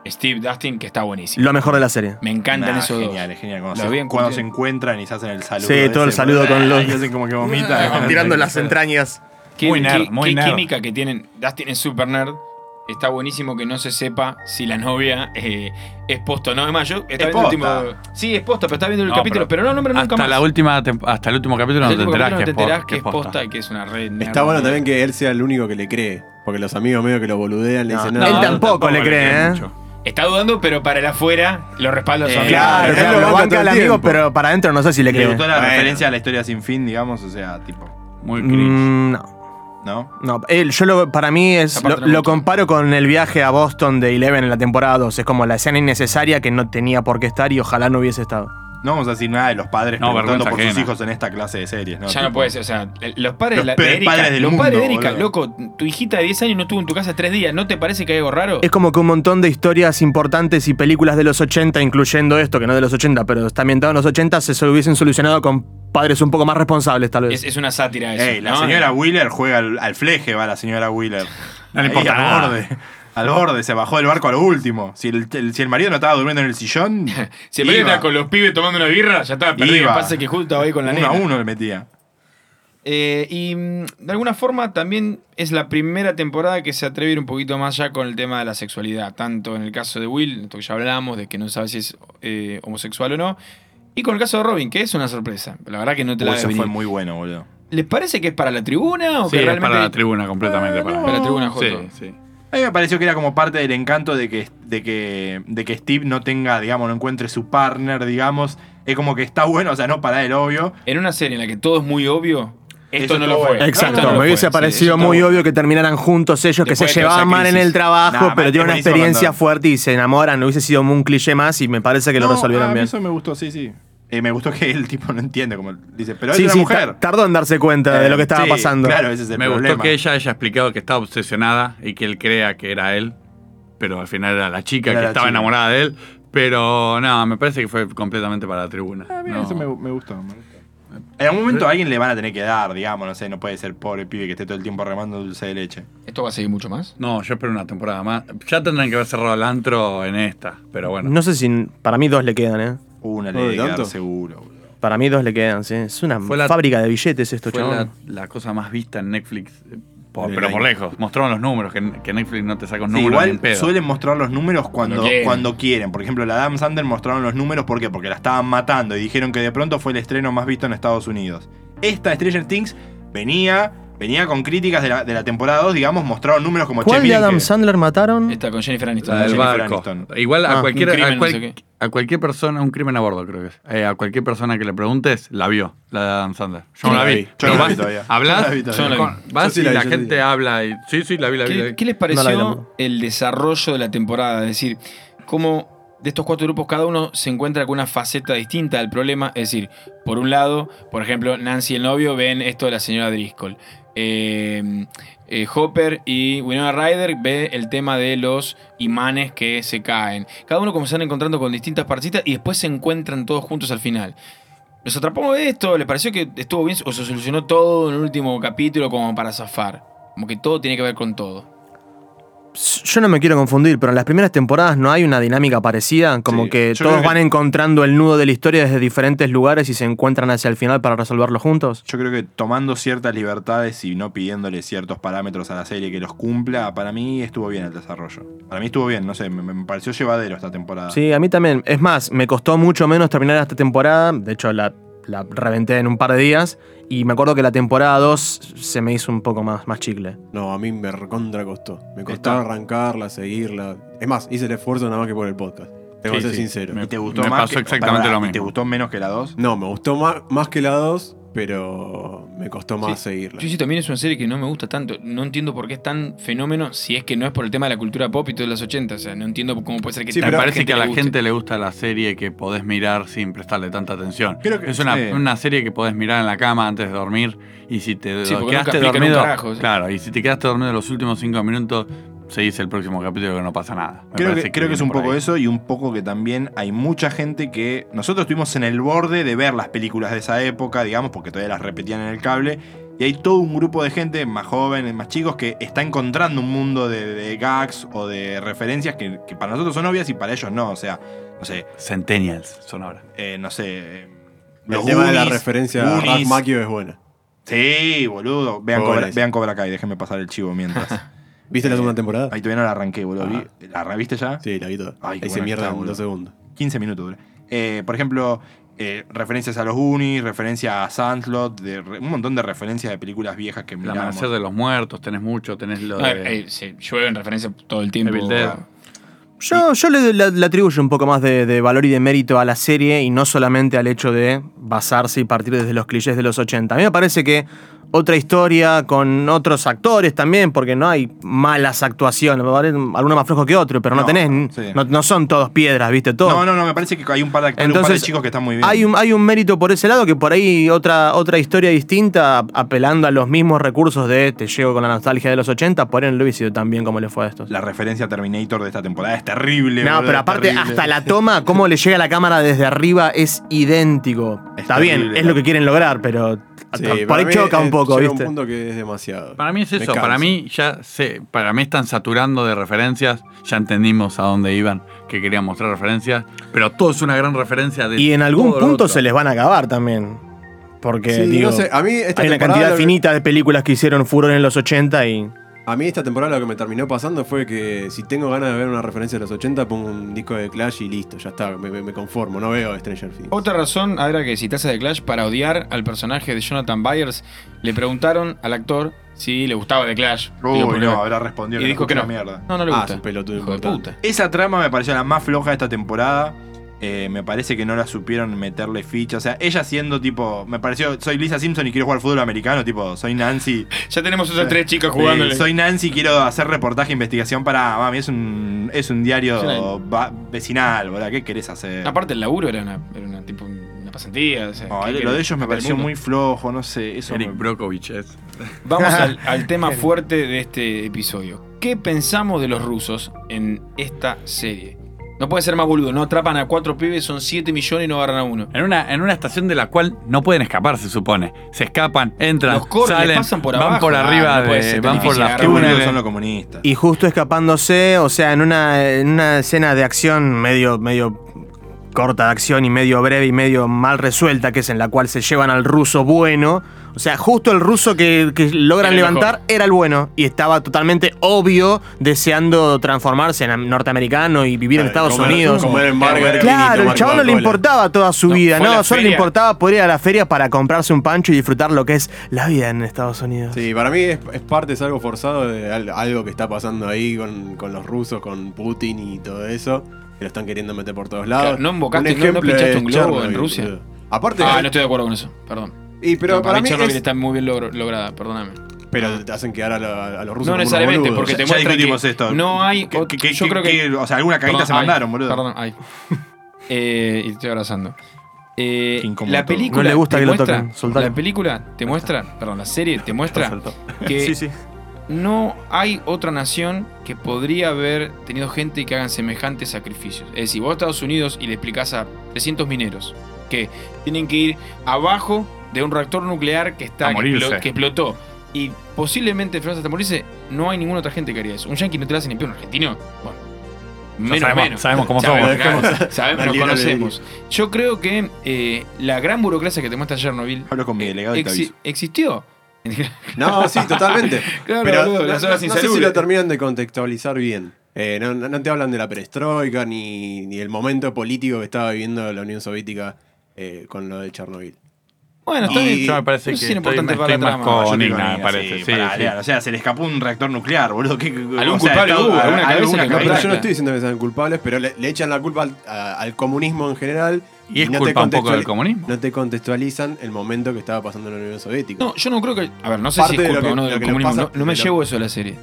Steve Dustin, que está buenísimo.
Lo mejor de la serie.
Me encantan
Nah,
esos
genial,
dos.
es genial. Cuando,
Lo
se,
habían
cuando se
curtido.
encuentran y se hacen el saludo.
Sí, todo el
ese,
saludo con los-
Y hacen como que vomita.
entrañas.
Qué,
Muy nerd,
qué-
muy
qué
nerd.
química que tienen. Dustin es super nerd. Está buenísimo que no se sepa si la novia eh, es posta o no. Además, yo estaba viendo el
posta.
último. Sí, es posta, pero está viendo el
No,
capítulo. Pero,
pero
no nombra nunca
Hasta,
más.
la última, tem- hasta el último capítulo
Hasta
no
el
te
último
enterás,
capítulo
que,
no te enterás
es
que es posta y que es una red.
Está bueno también que él sea el único que le cree. Porque los amigos medio que lo boludean, le
No,
dicen
él
no.
no,
tampoco, le cree, ¿eh?
mucho.
Está dudando, pero para el afuera lo respalda su
Eh,
amigo.
Claro,
Él lo
claro, lo
banca todo
banca el
el
amigo,
tiempo.
pero para adentro no sé si le
Le
cree.
gustó la
Bueno.
referencia a la historia sin fin, digamos. O sea, tipo.
Muy cringe.
Mm, no.
¿No?
No, él, yo lo, para mí es,
Esa
lo,
parte no me
lo
gustó.
comparo con el viaje a Boston de Eleven en la temporada 2. Es como la escena innecesaria que no tenía por qué estar y ojalá no hubiese estado.
No vamos a decir nada de los padres
No,
preguntando
vergüenza
por sus
ajena.
hijos en esta clase de series. ¿no?
Ya
Tipo,
no puede ser, o sea, los padres,
Los
la-
peores
de Erika,
padres del
los padres de
mundo,
Erika,
boludo.
loco, tu hijita de 10 años no estuvo en tu casa tres días, ¿no te parece que hay algo raro?
Es como que un montón de historias importantes y películas de los 80, incluyendo esto, que no es de los 80, pero está ambientado en los 80, se sol- hubiesen solucionado con padres un poco más responsables, tal vez.
Es, es una sátira eso.
Ey, la
¿no? Eh.
señora Wheeler juega al, al fleje, va la señora Wheeler.
No le
Ahí
importa
al
nada.
borde. Al borde, se bajó del barco a lo último. Si el, el- si el marido no estaba durmiendo en el sillón.
Si el
iba.
está con los pibes tomando una birra, ya estaba perdido.
Iba.
Pasa que justo estaba ahí con la
uno
nena.
a uno le metía.
Eh, y mm, de alguna forma también es la primera temporada que se atreve a ir un poquito más ya con el tema de la sexualidad, tanto en el caso de Will, esto que ya hablamos, de que no sabe si es eh, homosexual o no, y con el caso de Robin, que es una sorpresa. La verdad que no te
Uy,
la ves
eso fue
venir.
muy bueno, boludo.
¿Les parece que es para la tribuna o
Sí,
que
es
realmente
para la tribuna
Ah,
completamente. para,
Para la tribuna, Joto.
Sí, sí.
A mí me pareció que era como parte del encanto de que, de que, de que Steve no tenga, digamos, no encuentre su partner, digamos. Es como que está bueno, o sea, no para el obvio.
en una serie en la que todo es muy obvio, esto
Eso
no lo
estuvo
fue?
bueno.
Esto
Exacto,
no lo
me
fue,
hubiese
sí,
parecido
eso
muy
estuvo
obvio que terminaran juntos ellos, que
Después
se
de toda
llevaban
esa
mal en
crisis.
el trabajo,
Nah,
pero
mal,
tienen una
buenísimo
experiencia
contando.
fuerte y se enamoran. Hubiese sido un cliché más y me parece que lo
No,
resolvieron
a mí
bien.
Eso me gustó, sí, sí. Eh, me gustó que el tipo no entiende, como dice, pero es
Sí,
una
sí,
mujer.
ta- tardó en darse cuenta de lo que
Eh,
estaba
sí,
pasando.
Claro, ese es el
Me
problema.
gustó que ella haya explicado que estaba obsesionada y que él crea que era él. pero al final era la chica
Era
que
la
estaba
chica.
enamorada de él. Pero no, me parece que fue completamente para la tribuna.
Ah, mira,
No.
eso me, me gustó. me gustó. En algún momento a alguien le van a tener que dar, digamos, no sé, no puede ser pobre pibe que esté todo el tiempo remando dulce de leche.
¿Esto va a seguir mucho más?
No, yo espero una temporada más. Ya tendrán que haber cerrado el antro en esta, pero bueno.
No sé si. Para mí dos le quedan, ¿eh?
Una
¿No
le
de
debe quedar
tanto?
seguro, boludo.
Para mí dos le quedan, sí. Es una
Fue la-
fábrica de billetes esto,
Fue
chaval.
la, la cosa más vista en Netflix, eh, por-
Del
pero por
año.
lejos. Mostraron los números, que, que Netflix no te saca un
Sí,
número ni en
igual
pedo.
suelen mostrar los números cuando,
Cuando quieren.
cuando quieren. Por ejemplo, la Adam Sandler mostraron los números ¿por qué? porque la estaban matando y dijeron que de pronto fue el estreno más visto en Estados Unidos. Esta Stranger Things venía, venía con críticas de la, de la temporada 2, digamos, mostraron números como
¿Cuál
"Che,
de
miren
Adam
que-".
Sandler mataron?
Esta con Jennifer Aniston.
La del
Jennifer
barco.
Aniston.
Igual
Ah,
a
un
cualquier,
crimen,
a, cual-
no sé qué.
a cualquier persona, un crimen a bordo, creo que es. Eh, a cualquier persona que le preguntes, la vio, la de Adam Sandler. Yo no la vi.
Yo no
Pero
la vi
vas-
todavía.
Hablas,
Yo no la vi todavía.
Yo no la vi.
con- vas
Yo sí
y
la
la,
vi, yo sí la
gente
vi.
habla y. Sí, sí, la vi, la vi. la
¿Qué,
vi.
qué les
No
pareció
la vi, no.
el desarrollo de la temporada? Es decir, cómo de estos cuatro grupos cada uno se encuentra con una faceta distinta del problema. Es decir, por un lado, por ejemplo, Nancy y el novio ven esto de la señora Driscoll. Eh, eh, Hopper y Winona Ryder ve el tema de los imanes que se caen. Cada uno como se van encontrando con distintas partitas y después se encuentran todos juntos al final. ¿Nos atrapamos de esto? ¿Les pareció que estuvo bien o se solucionó todo en el último capítulo como para zafar? Como que todo tiene que ver con todo.
Yo no me quiero confundir, pero en las primeras temporadas no hay una dinámica parecida, como
Sí,
que
yo
todos
creo que-
van encontrando el nudo de la historia desde diferentes lugares y se encuentran hacia el final para resolverlo juntos.
Yo creo que tomando ciertas libertades y no pidiéndole ciertos parámetros a la serie que los cumpla, para mí estuvo bien el desarrollo. Para mí estuvo bien, no sé, me, me pareció llevadero esta temporada.
Ah. Sí, a mí también. Es más, me costó mucho menos terminar esta temporada, de hecho la, la reventé en un par de días, y me acuerdo que la temporada 2 se me hizo un poco más, más chicle.
No, a mí me recontra costó. Me costó arrancarla, seguirla. Es más, hice el esfuerzo nada más que por el podcast. Tengo que
Sí,
ser
sí.
sincero.
Me-
¿Y te gustó
me
más?
pasó
que-
exactamente
pará,
lo
¿y
mismo.
¿Te gustó menos que la 2?
No, me gustó más, más que la 2, pero me costó más seguirla.
Sí, sí, también es una serie que no me gusta tanto. No entiendo por qué es tan fenómeno si es que no es por el tema de la cultura pop y todo de los 80. O sea, no entiendo cómo puede ser que
Sí,
Me
tanta
pero
parece que a la
le guste.
gente le gusta la serie que podés mirar sin prestarle tanta atención.
Creo que-
es una,
sí.
una serie que podés mirar en la cama antes de dormir y si te
Sí, porque nunca
quedaste
explican un
dormido,
carajo, sí.
claro, y si te quedaste dormido los últimos cinco minutos, seguís el próximo capítulo que no pasa nada. Me
Creo
parece
que, creo que es un
viene por
poco
ahí.
eso y un poco que también hay mucha gente que nosotros estuvimos en el borde de ver las películas de esa época, digamos, porque todavía las repetían en el cable. Y hay todo un grupo de gente, más jóvenes, más chicos, que está encontrando un mundo de, de gags o de referencias que, que para nosotros son obvias y para ellos no. O sea, no sé,
Centennials son ahora.
eh, no sé. eh,
El
los
tema de la
Goonies,
referencia a
Goonies.
Ralph Macchio es buena.
Sí, boludo. Vean Cobra,
Pobres.
vean Cobra Kai, déjenme pasar el chivo mientras.
¿Viste la
Eh,
segunda temporada?
Ahí todavía no la arranqué, boludo.
Ah.
Vi- ¿La reviste ya?
Sí, la vi toda.
Ay, qué
Ahí se
buena
mierda
está,
en
boludo.
dos segundos.
15 minutos dura. Eh, por ejemplo, eh, referencias a los Unis, referencia a Sandlot, de re- un montón de referencias de películas viejas que
El
miramos.
amanecer de los muertos, tenés mucho, tenés lo
No,
de...
eh, eh, se llueve en referencia todo el tiempo.
Evil Dead.
Yo, yo le, le- le atribuyo un poco más de, de valor y de mérito a la serie y no solamente al hecho de basarse y partir desde los clichés de los 80. A mí me parece que otra historia con otros actores también, porque no hay malas actuaciones, me parece alguno más flojo que otro, pero no,
No,
tenés,
sí.
no, no son todos piedras, ¿viste? Todo.
No, no, no, me parece que hay un par de, actores, un par de
Entonces,
chicos que están muy bien.
Hay un, hay un mérito por ese lado que por ahí otra, otra historia distinta, apelando a los mismos recursos de te llego con la nostalgia de los 80, por ahí no lo hubiese ido tan bien como le fue a estos.
La referencia a Terminator de esta temporada es terrible.
No,
boludo,
pero
es
aparte,
terrible.
hasta la toma, cómo le llega la cámara desde arriba es idéntico.
Es
Está
terrible,
bien, es
claro.
lo que quieren lograr, pero
Sí,
por
para
ahí
mí,
choca
eh,
un poco,
llega
¿viste?
un punto que es demasiado.
Para mí es
Me
eso, para
cansa.
mí ya sé, para mí están saturando de referencias, ya entendimos a dónde iban, que querían mostrar referencias, pero todo es una gran referencia de
Y en algún
todo lo
punto
otro.
se les van a acabar también. Porque,
Sí,
digo,
no sé, a mí esta
hay una
temporada
cantidad
lo que-
finita de películas que hicieron furor en los 80 y...
A mí esta temporada lo que me terminó pasando fue que si tengo ganas de ver una referencia de los 80, pongo un disco de Clash y listo, ya está, me, me- me conformo, no veo Stranger Things.
Otra razón, ahora que citase de Clash, para odiar al personaje de Jonathan Byers, le preguntaron al actor si le gustaba de Clash.
Uy,
Digo, porque-
no, habrá respondido
Y
que
dijo que
es
no.
una mierda.
No, no le
Ah,
gusta.
es un pelotudo
Hijo de
importante.
puta.
Esa trama me pareció la más floja de esta temporada. Eh, me parece que no la supieron meterle ficha. O sea, ella siendo tipo. Me pareció. Soy Lisa Simpson y quiero jugar fútbol americano. Tipo, soy Nancy.
Ya tenemos otras tres chicas jugándole.
Eh, soy Nancy, quiero hacer reportaje, investigación para. Mami, es un, es un diario
Es una-
va- vecinal, ¿verdad? ¿Qué querés hacer?
Aparte, el laburo era una, era una, tipo, una pasantía. o sea,
No,
¿qué
lo
querés?
de ellos me
Cambiar el
pareció
mundo.
muy flojo, no sé. Eso
Eric
me-
Brockovich es.
Vamos al, al tema fuerte de este episodio. qué pensamos de los rusos en esta serie. No puede ser más boludo, no atrapan a cuatro pibes, son 7 millones y no agarran a uno.
Este
En una, en una estación de la cual no pueden escapar, se supone. Se escapan, entran,
Los corren,
salen,
pasan por
van
abajo.
por
Ah,
arriba,
no puede
de-
ser tan
van por
difícil
las
agarrar
Qué
Claro,
bonitos
cunas.
son los comunistas.
Y justo escapándose, o sea, en una, en una escena de acción medio, medio corta de acción y medio breve y medio mal resuelta, que es en la cual se llevan al ruso bueno. O sea, justo el ruso que, que logran
Era el
levantar
mejor.
era el bueno. Y estaba totalmente obvio deseando transformarse en norteamericano y vivir en
Claro,
Estados
comer-
Unidos.
comer en Burger King y
Claro, el
tomar
chabón no le
Coca-Cola.
importaba toda su
No,
vida,
fue a
no,
la
solo le
feria.
importaba poder ir a la feria para comprarse un pancho y disfrutar lo que es la vida en Estados Unidos.
Sí, para mí es, es parte, es algo forzado de al- algo que está pasando ahí con, con los rusos, con Putin y todo eso. Que lo están queriendo meter por todos lados.
Claro, no embocaste, no- no
ejemplo
pinchaste
es
un globo en
Chernobyl,
Rusia.
boludo. Aparte,
Ah, no estoy de acuerdo con eso, perdón.
y, pero
No,
para, mí
Chernobyl
es-
está muy bien logro- lograda, perdóname.
Pero te hacen quedar a, la- a los rusos
No
como unos
necesariamente,
boludos.
porque te
Ya- ya
muestran
discutimos
que
esto.
no hay
¿Qué-
ot-
qué-
yo
qué-
creo que-
qué- o sea, alguna caguita
Perdón,
se
ay,
mandaron, boludo.
Perdón, ay. Eh, y te estoy abrazando. Eh,
Qué incómodo
la
todo.
película
No le gusta
te
que lo
muestra-
toquen, soltalo.
La película te muestra, perdón, la serie te muestra que
Sí, sí.
no hay otra nación que podría haber tenido gente que hagan semejantes sacrificios. Es decir, vos a Estados Unidos y le explicás a 300 mineros que tienen que ir abajo de un reactor nuclear que está
A
que
morirse.
explo- que explotó y posiblemente Francia hasta morirse, no hay ninguna otra gente que haría eso. Un yanqui no te lo hace ni peor, un argentino, bueno, menos
sabemos-
menos.
sabemos cómo
sabemos,
somos.
claro, sabemos, nos
Dale, dale,
conocemos. Yo creo que eh, la gran burocracia que te muestra Chernobyl eh,
Hablo con mi delegado y te
exi-
aviso.
existió.
No, sí, totalmente.
Claro,
pero
boludo,
no,
las
no-
horas
no sé si
insalubres.
lo terminan de contextualizar bien. Eh, no, no- no te hablan de la perestroika ni, ni el momento político que estaba viviendo la Unión Soviética eh, con lo de Chernobyl.
Bueno, está
Y
bien.
Yo me parece
No sé
que
si era
estoy-
importante para
estoy
la trama.
más con-
Yo te
Nina,
digo,
me parece,
sí,
sí,
pará,
sí.
Leal, O sea, se le escapó un reactor nuclear, boludo. ¿qué- qué-
Algún
o sea,
culpable
está-
hubo, alguna
alguna
cabeza que
No, pero
Claro,
yo no
claro.
estoy diciendo que sean culpables, pero le, le echan la culpa al, a- al comunismo en general.
Y es
no te
culpa un poco
contextuali-
del comunismo.
No te contextualizan el momento que estaba pasando en la Unión Soviética.
No, yo no creo que. A ver, no sé
Parte
si es
de lo
culpa
que-
o no
lo
del
que le
comunismo.
pasa-
no, no me
de lo-
llevo eso de la serie.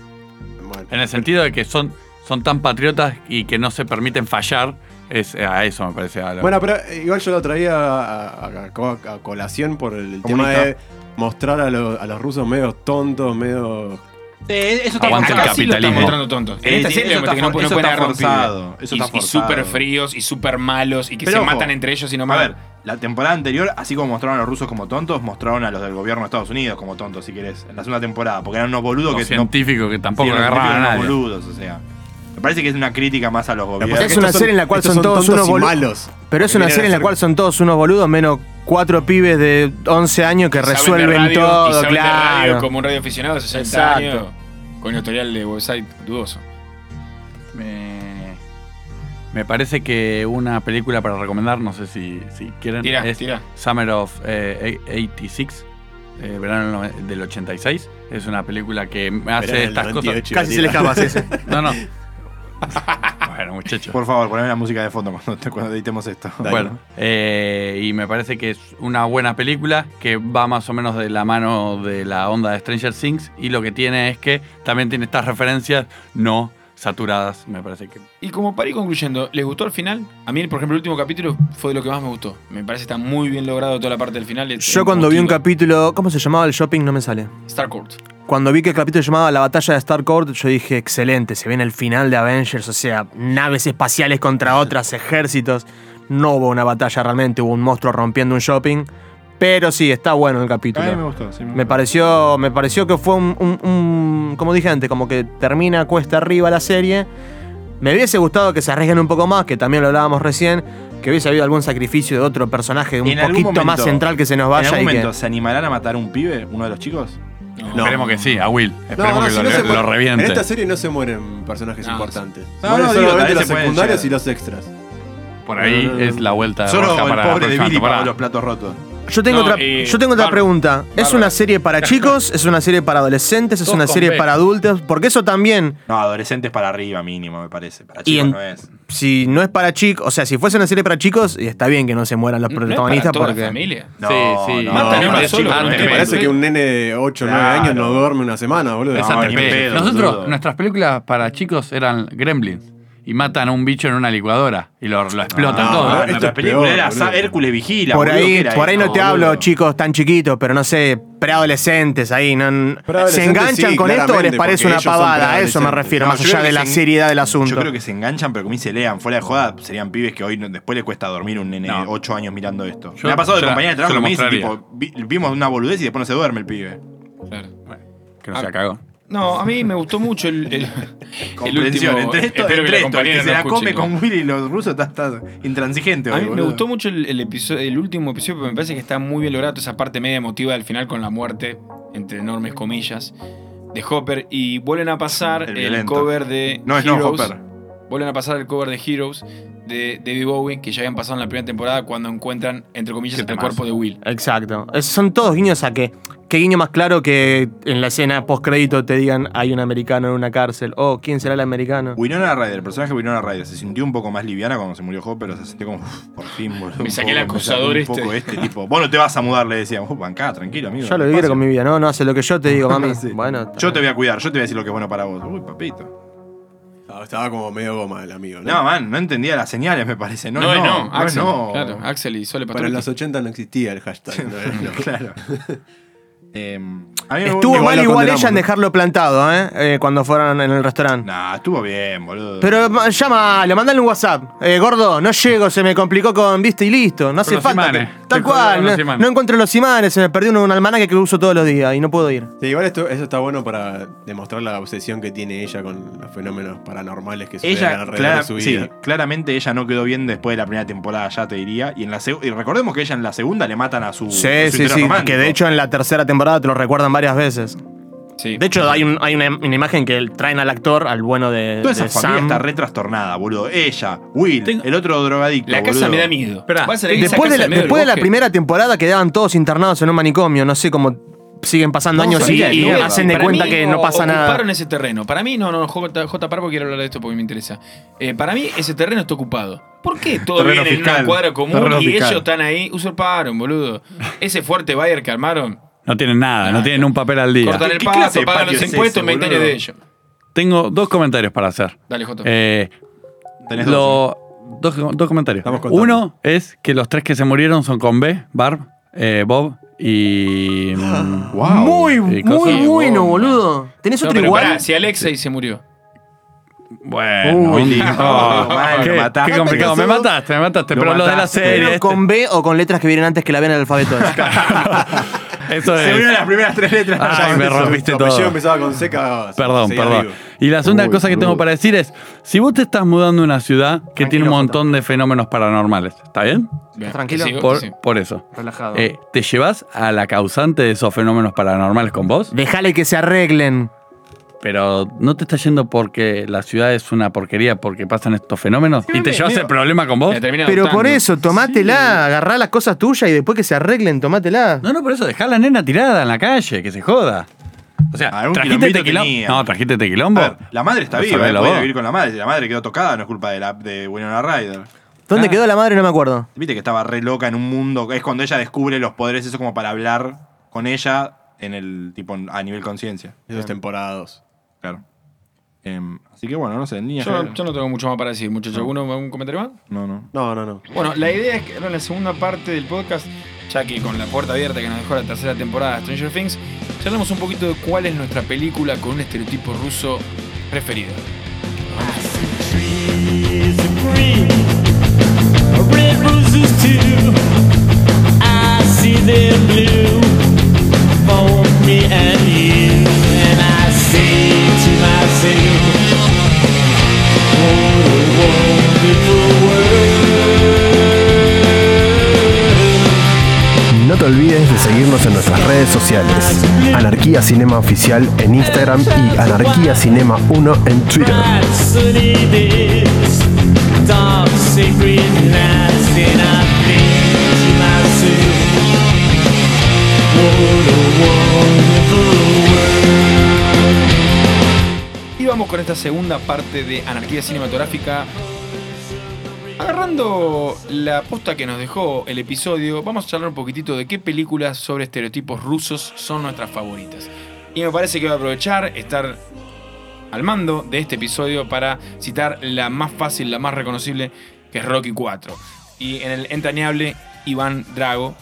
Bueno.
En el sentido de que son, son tan patriotas y que no se permiten fallar, es a eso me parece. a lo-
Bueno, pero eh, igual yo lo traía a, a- a co- a colación por el tema
Comunista.
de mostrar a, los- a los rusos medio tontos, medio.
Eso
está Aguante el
Acá sí lo están
capitalismo.
mostrando tontos. En
Eh,
esta
sí,
serie
eso
lo que
está
no,
for-
no
eso
pueden
está
agarrar un pibe.
forzado, eso
y,
está
y
forzado.
súper fríos y súper malos y que
Pero
se
ojo,
matan entre ellos y no
A
matan.
ver, la temporada anterior, así como mostraron a los rusos como tontos, mostraron a los del gobierno de Estados Unidos como tontos, si querés, en la segunda temporada, porque eran unos boludos
los
que no-
científicos que tampoco
sí, eran
agarraban a
unos
nadie.
boludos, o sea. Me parece que es una crítica más a los gobiernos.
Es una
Estos son-
serie en la cual
estos
son todos
tontos
unos
y
bolu-
malos.
Pero es una
Vienen a
serie en la
hacer-
cual son todos unos boludos, menos cuatro pibes de 11 años que
Saben de
resuelven
radio, y
todo,
saben de radio
claro.
como un radio aficionado de 60
Exacto.
años con historial de website dudoso.
Me, me parece que una película para recomendar, no sé si, si quieren,
Tirá,
es
tirá.
Summer of eh, 86, eh, verano del no- del 86. Es una película que me hace
Verano del
estas cosas.
98, Casi se le escapa,
sí, sí.
No, no. bueno, muchachos.
Por favor, poneme la música de fondo cuando, te- cuando editemos esto.
Bueno, eh, y me parece que es una buena película que va más o menos de la mano de la onda de Stranger Things y lo que tiene es que también tiene estas referencias no saturadas, me parece que
Y como para ir concluyendo, ¿les gustó el final? A mí, por ejemplo, el último capítulo fue de lo que más me gustó. Me parece que está muy bien logrado toda la parte del final. Es-
Yo cuando vi un
emotivo.
capítulo, ¿cómo se llamaba el shopping? No me sale.
Starcourt.
Cuando vi que el capítulo se llamaba La batalla de Starcourt, yo dije, excelente, se viene el final de Avengers, o sea, naves espaciales contra otras, ejércitos. No hubo una batalla realmente, hubo un monstruo rompiendo un shopping. Pero sí, está bueno el
A mí
capítulo.
me gustó, sí, me
Me
gustó.
pareció, me pareció que fue un, un- un- Como dije antes, como que termina cuesta arriba la serie. Me hubiese gustado que se arriesguen un poco más, que también lo hablábamos recién, que hubiese habido algún sacrificio de otro personaje un
En algún
poquito más
momento-
central que se nos
¿En
vaya
algún
y que.
momento se animarán a matar a un pibe, uno de los chicos?
No.
Esperemos que sí, a Will.
No,
Esperemos
no,
que
si
lo,
no se
lo
mueren-
reviente.
En este esta serie no se mueren personajes
No,
importantes.
no,
mueren
no, digo,
solamente
tal vez
los
se pueden
secundarios y
llegar.
los extras.
Por ahí
No, no, no.
es la vuelta de
Solo
Roca
el
para la
pobre de
próxima
Billy pagó los
temporada.
platos rotos.
Yo tengo
No,
otra,
eh,
yo tengo otra
bárbaro,
pregunta. ¿Es
bárbaro.
una serie para chicos? ¿Es una serie para adolescentes? ¿Es
Todos
una
con
serie
B.
para adultos? Porque eso también,
No, adolescentes para arriba mínimo, me parece. Para
Y
chicos
en-
no es.
si no es para chicos, o sea, si fuese una serie para chicos, y está bien que no se mueran los
No, no es
protagonistas
para ¿eh? toda la
porque.
familia.
No,
Sí, sí.
no,
Matan
no,
a uno
para
solo, no
chicos, no
es
Me
es.
parece que un nene de 8 o 9
Claro.
años no duerme una semana, boludo.
Es
No,
ATP.
ni en pedo,
Nosotros,
boludo.
nuestras películas para chicos eran Gremlins. y matan a un bicho en una licuadora y lo, lo explotan
No,
todo.
boludo,
esto
la
es
película
peor,
era
boludo.
Sa- Hércules Vigila.
Por
boludo, ¿qué
ahí,
era
por ahí no
esto,
te hablo,
boludo?
chicos tan chiquitos, pero no sé, preadolescentes ahí. No, ¿Se
Preadolescentes,
enganchan
sí,
con esto o les
claramente,
parece
porque
una
ellos son
pavada? A eso me
preadolescentes.
refiero,
No,
más
yo creo
allá
que
de la
se-
seriedad del asunto.
Yo creo que se enganchan, pero como dice Lean, fuera de joda, serían pibes que hoy no- después le cuesta dormir un nene de
No.
8 años mirando esto.
Yo-
me ha pasado de
yo la-
compañía de
yo
trabajo
lo
me dicen,
mostraría.
tipo, vi- vimos una boludez y después no se duerme el pibe.
Claro.
Que no sea cagón.
No, a mí me gustó mucho el, el, el
Comprensión, entre esto,
espero que la
entre esto, el
compañera
que
no
se la
escuche,
come
igual.
con Willy y los rusos está, está intransigente.
A
hoy,
mí me
boludo.
gustó mucho el, el episodio, el último episodio, porque me parece que está muy bien logrado toda esa parte media emotiva del final con la muerte, entre enormes comillas, de Hopper. Y vuelven a pasar
El
el,
violento.
cover de
No es no,
Heroes.
Hopper.
Vuelven a pasar el cover de Heroes de David Bowie, que ya habían pasado en la primera temporada cuando encuentran, entre comillas,
Qué
el
temazo.
cuerpo de Will.
Exacto. Es- son todos guiños a que. Qué guiño más claro que en la escena postcrédito te digan hay un americano en una cárcel. Oh, ¿quién será el americano?
Winona Ryder, el personaje de Winona Ryder, se sintió un poco más liviana cuando se murió Hopper, pero se sintió como, "Uf, por fin, boludo.
Me
un
saqué el
poco, me
acusador
saqué un poco este. tipo, vos no te vas a mudar, le decíamos, "Uf, bancá, tranquilo, amigo.
Yo lo que quiero con mi vida, no, no hace lo que yo te digo, mami.
Sí.
Bueno, está
Yo te
bien.
voy a cuidar, yo te voy a decir lo que es bueno para vos. Uy, papito.
Estaba- Estaba como medio goma el amigo, ¿no?
No, man, no entendía las señales, me parece. No, no,
es
no, es
Axel.
no.
Claro, Axel y Sole
Para
Patrucci.
los 80 no existía el hashtag. no era, no.
Claro. Em, a mí me-
Estuvo
Igual
mal igual ella
lo
en
condenamos, ¿no?
dejarlo plantado, ¿eh? Eh, cuando fueron en el restaurante.
Nah, estuvo bien, boludo.
Pero ma- llámalo, mandale un WhatsApp. Eh, gordo, no llego, se me complicó con viste y listo. No hace
los
falta.
imanes.
que-
Te
tal cual,
colgaron los
no,
imanes.
no encuentro los imanes, se me perdió un, un almanaque que uso todos los días y no puedo ir.
Sí, igual esto, eso está bueno para demostrar la obsesión que tiene ella con los fenómenos paranormales que suceden
ella,
alrededor
clara-
de su
sí,
vida.
claramente ella no quedó bien después de la primera temporada, ya te diría. Y, en la seg- y recordemos que ella en la segunda le matan a su. a
Sí,
su
sí,
interés
sí.
romántico.
Que de hecho en la tercera temporada te lo recuerdan varias veces.
Sí.
De hecho, hay, un- hay una, una imagen que traen al actor, al bueno de,
Toda
de
esa familia
Sam.
está re trastornada, boludo. Ella, Will,
Tengo-
el otro drogadicto.
la casa
boludo.
me da miedo.
Esperá,
Vas a la- esa
Después
casa
de la,
en medio del
después de la
bosque.
primera temporada quedaban todos internados en un manicomio. No sé cómo siguen pasando años y,
sabía
y
de mierda.
hacen de
Para
cuenta
mí
que no pasa nada.
Ocuparon ese terreno. Para mí, no, no, J, J Parvo quiero hablar de esto porque me interesa. Eh, para mí, ese terreno está ocupado. ¿Por qué todo
Terreno
viene en
fiscal.
una cuadra común
Terreno
y
fiscal.
ellos están ahí? Usurparon, boludo. Ese fuerte Bayer que armaron,
No tienen nada,
Ah,
no tienen un papel al día.
cortan el
¿Qué clase
paso,
de
pagan
patio
los
es
impuestos
ese,
y me
boludo?
de ellos.
Tengo dos comentarios para hacer.
Dale, J.
Eh,
Tenés
lo-
dos,
dos, dos comentarios.
Vamos contando.
Uno es que los tres que se murieron son con B, Barb, eh, Bob y. mm,
Wow.
Muy,
Sí, cosa
muy
de
bueno,
bomba.
boludo. ¿Tenés
No,
otro
pero
igual?
pará, si Alexei se murió.
Bueno,
Uy,
un-
lindo,
oh,
mal,
qué,
me Uh. mataste.
qué complicado. Me
Lo
mataste, me mataste. pero lo de la
mataste.
serie.
Pero
este-
con B o con letras que vienen antes que la B en el alfabeto.
eso
Se unieron
es.
las primeras tres letras.
Ay, me rompiste
Su apellido
todo.
empezaba con seca.
Perdón,
seguía
perdón.
vivo.
Y la segunda
Uy,
cosa que tengo
boludo.
para decir es: si vos te estás mudando a una ciudad que tiene
Tranquilo,
un montón de fenómenos paranormales, ¿está bien?
Bien,
tranquilo?
sigo,
Por,
sí.
por eso.
Relajado.
Eh, ¿Te llevas a la causante de esos fenómenos paranormales con vos?
Dejale que se arreglen.
Pero no te está yendo porque la ciudad es una porquería porque pasan estos fenómenos y te llevas el problema con vos.
La termina
Pero por
adoptando.
eso, tomátela, agarrá las cosas tuyas y después que se arreglen, tomátela.
No, no, por eso dejá a la nena tirada en la calle, que se joda. O sea,
Algún
trajiste
quilombito
tequilombo.
tenía.
No, trajiste este
A
tequilombo.
ver, la madre está
Lo
viva,
sabés
eh,
lo
podía
vos.
vivir con la madre. Si la madre quedó tocada, no es culpa de, la, de Winona Ryder.
¿Dónde
Ah.
quedó la madre? No me acuerdo.
Viste que estaba re loca en un mundo. Es cuando ella descubre los poderes, eso como para hablar con ella en el tipo a nivel conciencia. Em,
Esos temporadas.
Claro. Em, así que bueno, no sé, niña.
Yo, yo no tengo mucho más para decir, muchachos. ¿Alguno algún comentario más?
No, no.
No, no, no.
Bueno, la idea es que ahora en la segunda parte del podcast, ya que con la puerta abierta que nos dejó la tercera temporada de Stranger Things, charlamos un poquito de cuál es nuestra película con un estereotipo ruso preferida.
Trees are green, red roses too. I see them blue for me and you, and I say to myself, "What a wonderful world!"
No te olvides de seguirnos en nuestras redes sociales. Anarquía Cinema Oficial en Instagram y Anarquía Cinema 1 en Twitter.
Bright sunny days, dark sacred nights, and I think to myself, "What a wonderful world!"
Y vamos con esta segunda parte de Anarquía Cinematográfica. Agarrando la posta que nos dejó el episodio, vamos a charlar un poquitito de qué películas sobre estereotipos rusos son nuestras favoritas. Y me parece que voy a aprovechar estar al mando de este episodio para citar la más fácil, la más reconocible, que es Rocky 4. Y en el entrañable Iván Drago.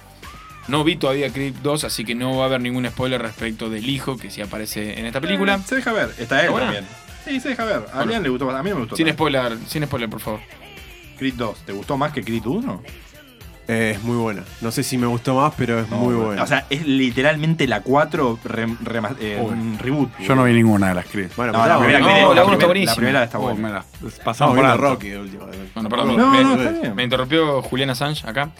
No vi todavía Creed 2, así que no va a haber ningún spoiler respecto del hijo que sí aparece en esta película.
Eh, Se deja ver. Está él
Está buena.
también. Sí, se deja ver. A Lean le gustó más. A mí no me gustó.
Sin
tanto.
spoiler, sin spoiler, por favor.
Creed 2. ¿Te gustó más que Creed 1?
Eh, es muy buena. No sé si me gustó más, pero es muy buena.
O sea, es literalmente la 4 rem- rema- eh,
Uy.
un reboot.
Yo no vi ninguna de las Creed.
bueno,
No, la
pará,
primera
no,
Creed-
la uno está
primera-
buenísima.
La primera está
Oh,
buena.
me la
Estamos
pasamos por
viendo
alto.
Rocky de última.
Bueno, perdón.
No,
me,
no, está bien.
me interrumpió Julián Assange acá.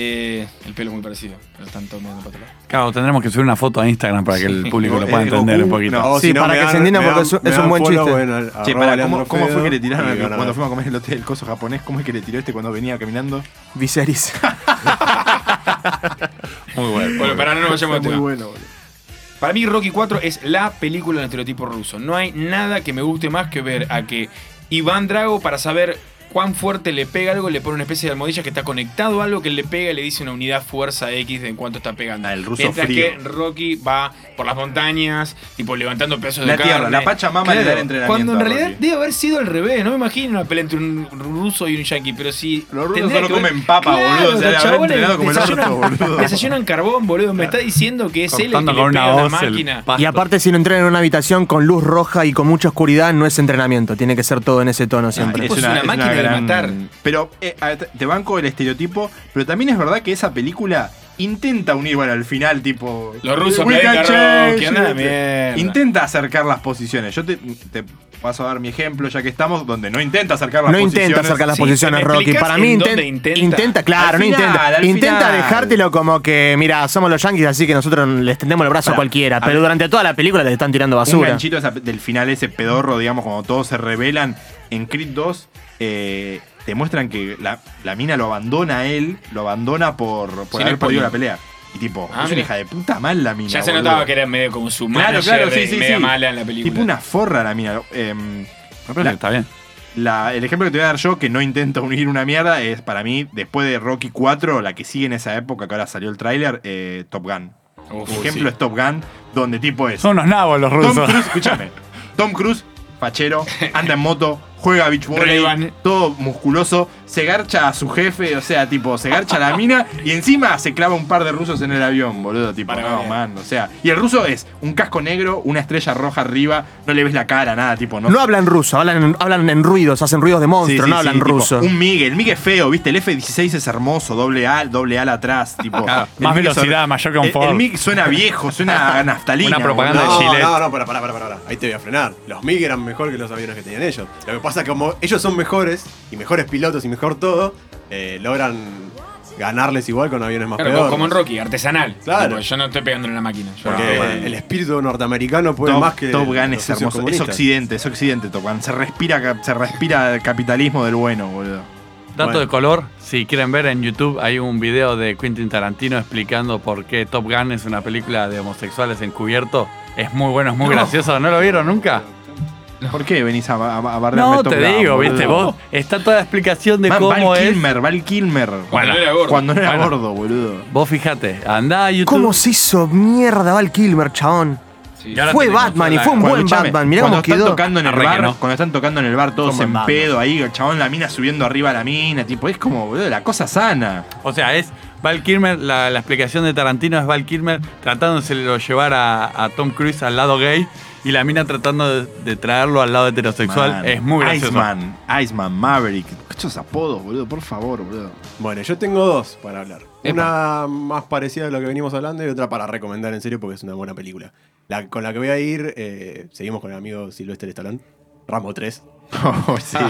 Eh, el pelo muy parecido, pero están todos mirando para otro lado.
Claro, tendremos que subir una foto a Instagram para que el público lo
Eh,
pueda entender
Goku,
un poquito.
o
Sí,
Oh, si no,
para
me
que
dan-
se entienda,
me
porque
dan-
es un-
me
es
dan
un buen
follow
chiste.
en al-
Che,
arroba
pará,
Leandro
¿cómo, cómo fue que le
Fedor
tiraron
y
el-
van a
cuando
ver.
fuimos a comer el hotel el coso japonés? ¿Cómo es que le tiró este cuando venía caminando?
Viserys.
Muy bueno.
Bueno, para no nos vayamos de
Muy
tema.
bueno, boludo.
Para mí Rocky 4 es la película del estereotipo ruso. No hay nada que me guste más que ver a que Iván Drago para saber cuán fuerte le pega algo, le pone una especie de almohadilla que está conectado a algo que le pega y le dice una unidad fuerza X de en cuanto está pegando.
Ah, el ruso
Mientras
frío.
que Rocky va por las montañas, tipo levantando pesos
La
de
tierra,
carne.
la Pachamama le da el entrenamiento
Cuando en
a
realidad
Rocky.
debe haber sido al revés. No me imagino una pelea entre un ruso y un yankee, pero si...
Los rusos
tendría
solo
que ver-
comen papa,
Claro,
boludo. O sea,
los
le habrán
chabones
entrenado como el orto,
desayunan-
boludo.
Desayunan carbón, boludo. Me está diciendo que es él el que
Cortando
le
con una
pega a la
hoz el
máquina.
pasto.
Y aparte, si no entran en una habitación con luz roja y con mucha oscuridad, no es entrenamiento. Tiene que ser todo en ese
Ah,
tono siempre.
tipo es una máquina de matar.
Pero eh, a- te banco el estereotipo, pero también es verdad que esa película intenta unir, bueno, al final, tipo.
Los rusos
"We
me
can
cargan,
change
que anda de
it".
mierda.
Intenta acercar las posiciones. Yo te, te paso a dar mi ejemplo, ya que estamos, donde no intenta acercar las
No
posiciones.
intenta acercar las
Sí,
posiciones,
¿me
Rocky.
explicás
Para
en
mí inten-
dónde
intenta,
intenta?
claro,
Al
no
final,
intenta.
al
Intenta
final.
dejártelo como que, mira, somos los yankees, así que nosotros les tendemos el brazo a
Pará,
cualquiera.
a
Pero
ver.
durante toda la película le están tirando
un
basura.
ganchito esa- del final ese pedorro, digamos, cuando todos se rebelan en Creed 2, eh, te muestran que la, la mina lo abandona a él, lo abandona por, por
Sin
haber perdido
spoiler.
la pelea. Y tipo,
Ah,
es una
mira.
hija de puta mal la mina.
Ya se
boludo.
notaba que era medio como su
Claro,
manager
claro, sí,
de-
sí,
media
sí.
mala en la película.
Tipo una forra la mina. Em,
Me parece que está bien.
la- el ejemplo que te voy a dar yo, que no intento unir una mierda, es para mí, después de Rocky 4, la que sigue en esa época, que ahora salió el tráiler, eh, Top Gun.
Uf,
el
sí.
ejemplo es Top Gun, donde tipo es...
Son unos nabos los
Tom
rusos.
Cruise, escúchame. Tom Cruise, fachero, anda en moto, juega a beach volley,
Ray-Ban.
todo musculoso, se garcha a su jefe, o sea, tipo, se garcha a la mina y encima se clava un par de rusos en el avión, boludo, tipo,
Para
no,
variar.
man, o sea. Y el ruso es un casco negro, una estrella roja arriba, no le ves la cara, nada, tipo, no.
No hablan ruso, hablan, hablan en ruidos, hacen ruidos de
Sí,
monstruo,
sí,
no
sí,
hablan
tipo,
ruso.
un Miguel, el Miguel es feo, ¿viste? El F-16 es hermoso, doble A, doble ala atrás, tipo.
Claro,
el
más
MiG es-
velocidad, mayor
el- El,
confort.
MiG suena viejo, suena a naftalina.
Una propaganda
boludo.
de
No,
Gillette.
no, no, pará, pará, pará, pará. Ahí te voy a frenar. Los MiG eran mejor que los aviones que tenían ellos. Lo que pasa es que como ellos son mejores, y mejores pilotos y mejor todo, eh, logran ganarles igual con aviones más
Claro,
peores.
como en Rocky, artesanal.
Claro.
Tipo, yo no estoy pegando en la máquina. Yo
Porque
no,
el espíritu norteamericano puede
Top,
Pues más que.
Top Gun
los
es
socios
hermoso. Es
comunistas.
occidente, es occidente Top Gun. Se respira, ca- se respira el capitalismo del bueno, boludo.
Dato
Bueno.
de color, si quieren ver en YouTube hay un video de Quentin Tarantino explicando por qué Top Gun es una película de homosexuales encubierto. Es muy bueno, es muy gracioso. ¿No lo vieron nunca?
¿Por qué venís a, a, a barrerme
No,
Top
te
Gun,
digo,
boludo?
viste vos. Está toda la explicación de
Man,
cómo
Val
es.
Kilmer, Val Kilmer.
Cuando no era gordo.
Cuando no era
Bueno.
gordo, boludo.
Vos fijate, andá a YouTube.
¿Cómo se hizo mierda Val Kilmer, chabón?
sí.
Y ahora
Fue
tenemos
Batman
toda
y
la-
fue un buen
escuchame,
Batman. Mirá
cuando
cómo
están
quedó.
tocando en el
Arre
bar,
que no.
cuando están tocando en el bar todos
Son
en
buen
pedo ahí, el chabón la mina subiendo arriba a la mina, tipo, es como, boludo, la cosa sana.
O sea, es Val Kilmer, la, la explicación de Tarantino es Val Kilmer tratándose de lo llevar a, a Tom Cruise al lado gay y la mina tratando de, de traerlo al lado heterosexual.
Man,
Es muy gracioso.
Iceman, Iceman, Maverick. Estos apodos, boludo, por favor, boludo.
Bueno, yo tengo dos para hablar. Una más parecida a lo que venimos hablando y otra para recomendar en serio porque es una buena película. La, con la que voy a ir, eh, seguimos con el amigo Silvestre Stallone, Rambo 3.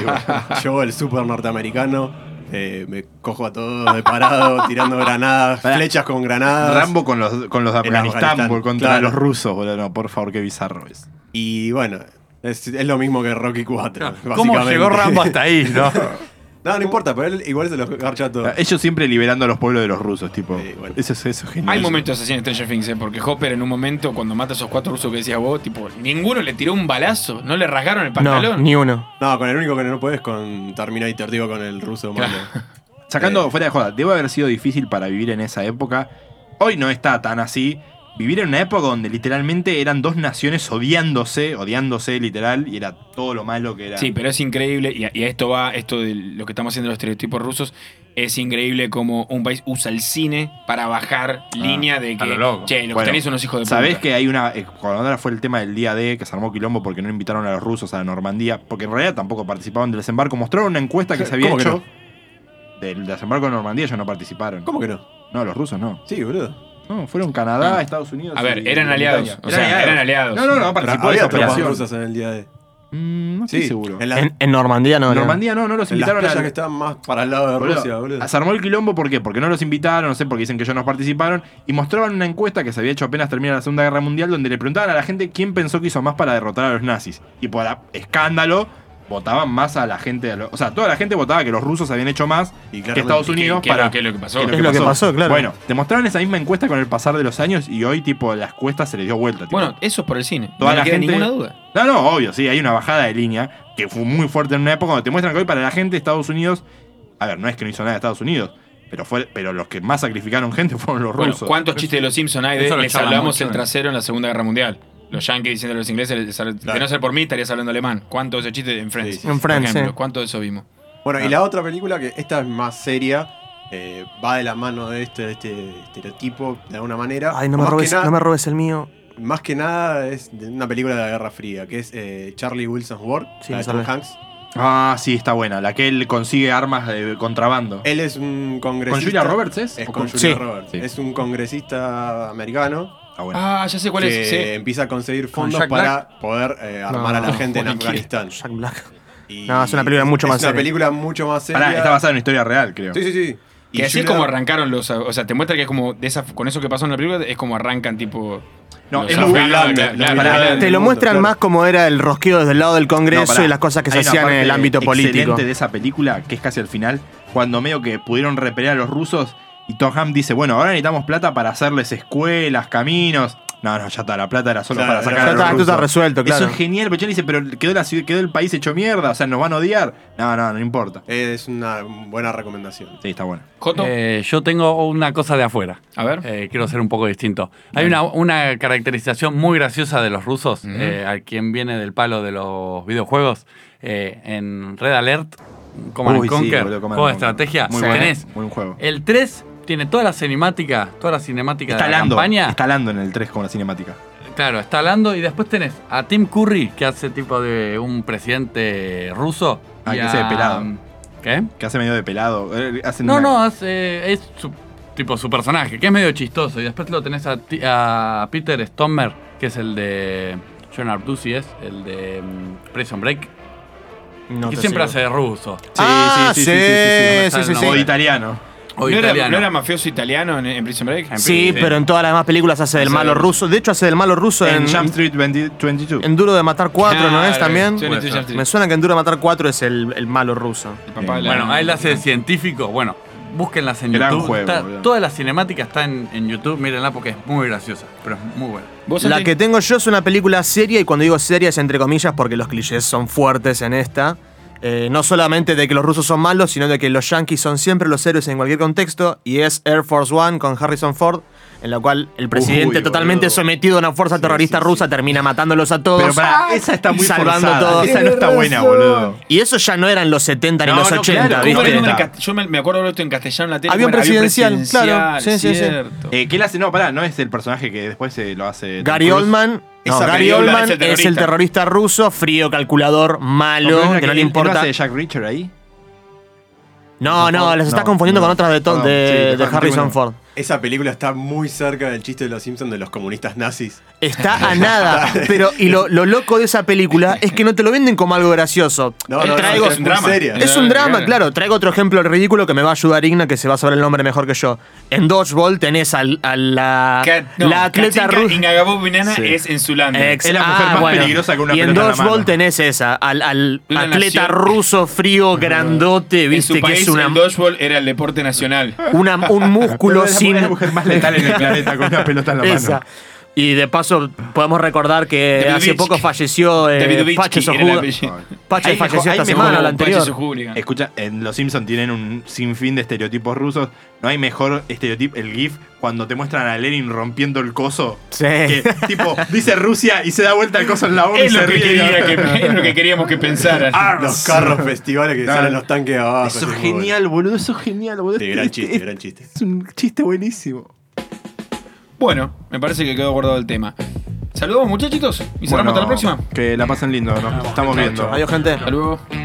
yo, el super norteamericano, eh, me cojo a todos de parado, tirando granadas,
Pará.
flechas con granadas.
Rambo con los, con los de
El
Afganistán
Afganistán,
boludo, contra
claro.
los rusos, boludo. No, por favor, qué bizarro es.
Y bueno, es, es lo mismo que Rocky 4.
Ah, ¿Cómo llegó Rambo hasta ahí? Eh, ¿no?
No, no importa, pero él igual se los garcha a todos.
Ellos siempre liberando a los pueblos de los rusos, tipo.
Sí, bueno.
Eso es eso es genial.
Hay momentos así en Stranger Things, ¿eh? porque Hopper en un momento, cuando mata a esos cuatro rusos que decías vos, tipo, ninguno le tiró un balazo, no le rasgaron el
No,
pantalón.
ni uno.
No, con el único que no puedes con Terminator, digo, con el ruso malo.
Sacando fuera de joda, debe haber sido difícil para vivir en esa época. Hoy no está tan así. vivir en una época donde literalmente eran dos naciones odiándose, odiándose literal, y era todo lo malo que era.
Sí, pero es increíble, y a, y a esto va, esto de lo que estamos haciendo los estereotipos rusos, es increíble como un país usa el cine para bajar
Ah,
línea de
a
que,
lo loco.
che, los
Bueno,
que tenés son unos hijos de puta.
Sabés que hay una. eh, Cuando ahora fue el tema del día D, que se armó quilombo porque no invitaron a los rusos a la Normandía, porque en realidad tampoco participaron del desembarco. Mostraron una encuesta que se había
¿Cómo que
hecho. Del desembarco de Normandía ellos no participaron.
¿Cómo que no?
No, los rusos no.
Sí, boludo.
No, fueron Canadá, Estados Unidos.
A ver,
y
eran
Gran
aliados,
Bretaña.
o sea, eran aliados.
No, no, no, participó de
Había
esa
tropas
operación.
rusas en el día de.
Mm, no estoy seguro.
En, la-
En, en Normandía no.
En
no.
Normandía no, no los
en las
invitaron
playas
al-
que estaban más para el lado de
Boludo,
Rusia, boludo.
Se armó el quilombo, ¿por qué? Porque no los invitaron, no sé, porque dicen que ellos no participaron. Y mostraban una encuesta que se había hecho apenas terminada la Segunda Guerra Mundial, donde le preguntaban a la gente quién pensó que hizo más para derrotar a los nazis. Y por escándalo, votaban más a la gente. a lo- o sea, toda la gente votaba que los rusos habían hecho más
Y
que
claramente,
Estados
que-
Unidos
que
para.
lo- que lo que pasó.
Es lo que pasó, claro.
Bueno, te mostraron esa misma encuesta con el pasar de los años y hoy, tipo, la encuesta se le dio vuelta. tipo,
Bueno, eso es por el cine.
Toda
no
la
me queda
gente-
ninguna duda.
no, no, obvio, sí, hay una bajada de línea que fue muy fuerte en una época donde te muestran que hoy para la gente de Estados Unidos, a ver, no es que no hizo nada de Estados Unidos, pero fue pero los que más sacrificaron gente fueron los
Bueno,
rusos.
¿cuántos chistes de los Simpson hay de
Eso lo
les
charlan
hablamos
mucho,
el
eh.
trasero en la Segunda Guerra Mundial? Los yankees diciendo a los ingleses, les- de no ser por mí estarías hablando alemán. ¿Cuántos de esos chistes en Friends?
Sí, sí,
sí. En
por
Friends,
ejemplo?
sí.
¿Cuántos de eso vimos?
Bueno,
Ah.
y la otra película, que esta es más seria, eh, va de la mano de este, de este estereotipo de alguna manera.
Ay, no me,
más,
robes,
que nada,
no me robes el mío.
más que nada es de una película de la Guerra Fría, que es eh, Charlie Wilson's War,
Sí,
la de
esa
Tom
es.
Hanks.
Ah, sí, está buena, la que él consigue armas de contrabando.
Eh,
Él es un
¿Con
congresista.
Julia Roberts es?
Es
¿O
con Julia
Sí.
Roberts.
Sí.
Es un congresista americano
Está buena.
Ah, ya sé cuál
que
es. sí.
empieza a conseguir
¿Con
fondos
Jack
para poder eh, armar
No,
a la gente en
cualquiera.
Afganistán.
Jack Black.
Y
No, es una película mucho más
Es una
seria.
película mucho más seria.
Pará, está basada en una historia real, creo.
Sí, sí, sí.
Que así es
Julia-
como arrancaron los. O sea, te muestra que es como. De esa, con eso que pasó en la película, es como arrancan, tipo.
No,
los
es muy
afganos,
blanda,
claro, claro,
blanda.
claro.
del
Te lo
mundo,
muestran
claro.
más como era el rosqueo desde el lado del
No,
Congreso
pará.
y las cosas que se
Hay una
hacían en
parte
el ámbito político.
excelente de esa película, que es casi al final, cuando medio que pudieron repeler a los rusos y Tom Hanks dice, bueno, ahora necesitamos plata para hacerles escuelas, caminos. No, no, ya está, la plata era solo
Claro,
para sacar
ya
a los
está,
esto está
rusos.
resuelto, claro.
Eso es genial, pero yo le dice, pero quedó, la ciudad- quedó el país hecho mierda, o sea, nos van a odiar. No, no, no importa.
Es una buena recomendación.
Sí, está bueno.
Joto,
Eh, yo tengo una cosa de afuera.
a ver.
Eh, quiero ser un poco distinto. Hay una, una caracterización muy graciosa de los rusos,
Ujú.
eh, a quien viene del palo de los videojuegos, eh, en Red Alert, Command
Uy, sí,
Conquer,
boludo, Command
juego de
Conquer.
estrategia,
Muy bueno,
tenés. Eh,
buen juego.
El 3 tiene todas las cinemáticas, todas las cinemáticas
Está
de la
Lando,
campaña.
está Lando en el 3 con la cinemática.
Claro, está Lando y después tenés a Tim Curry, que hace tipo de un presidente ruso.
Ah,
y
que sea de
a-
pelado.
¿Qué?
Que hace medio de pelado. eh, hacen
No,
una-
no, hace- es su, tipo su personaje, que es medio chistoso. Y después lo tenés a, ti- a Peter Stommer, que es el de John Artusi, es el de mm, Prison Break,
No
que
te
siempre
sigo.
hace de ruso
Sí,
Ah,
sí, sí,
sí,
sí, sí, sí,
sí,
sí, sí,
O
sí.
italiano.
o
¿No era,
italiano.
¿No era mafioso italiano en, en Prison Break?
Sí, pero en todas las demás películas hace del
Sí.
malo ruso. De hecho, hace del malo ruso en,
En Jump Street 20 22.
en Duro de Matar 4, ¿no es
Claro,
también?
sí, en Prison Break.
Me suena que en Duro de Matar 4 es el, el malo ruso.
El papá de la-
Bueno, a él hace de científico. Bueno, búsquenlas en
Gran
YouTube.
juego,
Está-
boludo.
toda la cinemática está en, en YouTube, mírenla porque es muy graciosa, pero es muy buena.
¿Vos
La
Santi?
que tengo yo es una película seria, y cuando digo seria es entre comillas porque los clichés son fuertes en esta. Eh, no solamente de que los rusos son malos, sino de que los yankees son siempre los héroes en cualquier contexto, y es Air Force One con Harrison Ford, en la cual el presidente
boludo.
totalmente sometido a una fuerza terrorista rusa termina matándolos a todos.
Pero pará, esa está muy
Ah, salvando
forzada.
todo.
Esa no está buena, boludo.
Y eso ya no eran los 70
No,
ni los
no,
80,
claro,
¿Cómo
¿viste?
era el nombre en
Está.
cast- Yo me, me acuerdo de esto en castellano en la tele.
Avión
¿Cómo era?
presidencial, claro. Sí, sí, sí.
cierto.
Eh, que él hace, no, pará, no es el personaje que después eh, lo hace. Tom
Gary
Cruise.
Oldman. no,
Esa
Gary
película
Oldman
es
es
el
el,
terrorista.
terrorista ruso, frío, calculador,
Tom Cruise
malo,
era
que no le
él- él
importa.
hace de Jack Richard ahí?
No, no, los está
No,
confundiendo
no.
con otras de,
Perdón,
to-
sí,
de,
de
de
Harrison
Harrison
Ford.
Ford.
Esa película está muy cerca del chiste de los Simpsons de los comunistas nazis.
Está a nada. Pero, y lo, lo loco de esa película es que no te lo venden como algo gracioso.
No,
Él
no, no,
traigo-
es un drama. seria.
Es un drama, claro. Traigo otro ejemplo ridículo que me va a ayudar Igna, que se va a saber el nombre mejor que yo. En Dodgeball tenés al- a la,
Cat- no,
la atleta
Katinka
rusa.
Ingabobinana
Sí.
es en su landa.
Ex-
Es la mujer más peligrosa que una
Ah, Y en
pelota en la mano.
dodgeball tenés esa, al, al
Una
atleta
nación.
ruso frío grandote,
En su
viste que
país
es una,
el dodgeball era el deporte nacional.
una- un
Pero
músculo
es la
sin
mujer más letal en el planeta con una pelota en la mano.
esa. Y de paso podemos recordar que
David
hace
Vich.
poco falleció eh,
David Vich,
Pache
que era el
Sojuga.
apellido.
Pache
Ahí me-
falleció
ahí
esta
me
semana,
jugó
la
un Pache
anterior.
Sojuga.
Escucha, en Los Simpsons tienen un sinfín de estereotipos rusos. No hay mejor estereotipo, el GIF, cuando te muestran a Lenin rompiendo el coso.
Sí.
Que, tipo, dice Rusia y se da vuelta el coso en la boca y
Es
se
lo, que
ríe.
quería que- es lo que queríamos que pensaran.
Los carros festivales que salen los tanques abajo.
Eso
así,
es
muy
genial, boludo. Eso es genial, boludo.
bueno. Sí, gran
Este-
chiste,
este-
gran chiste.
Es un chiste buenísimo.
Bueno, me parece que quedó guardado el tema. Saludos muchachitos y cerramos hasta la próxima.
Que la pasen lindo. Nos estamos viendo.
Adiós, gente.
Hasta luego.
Oh,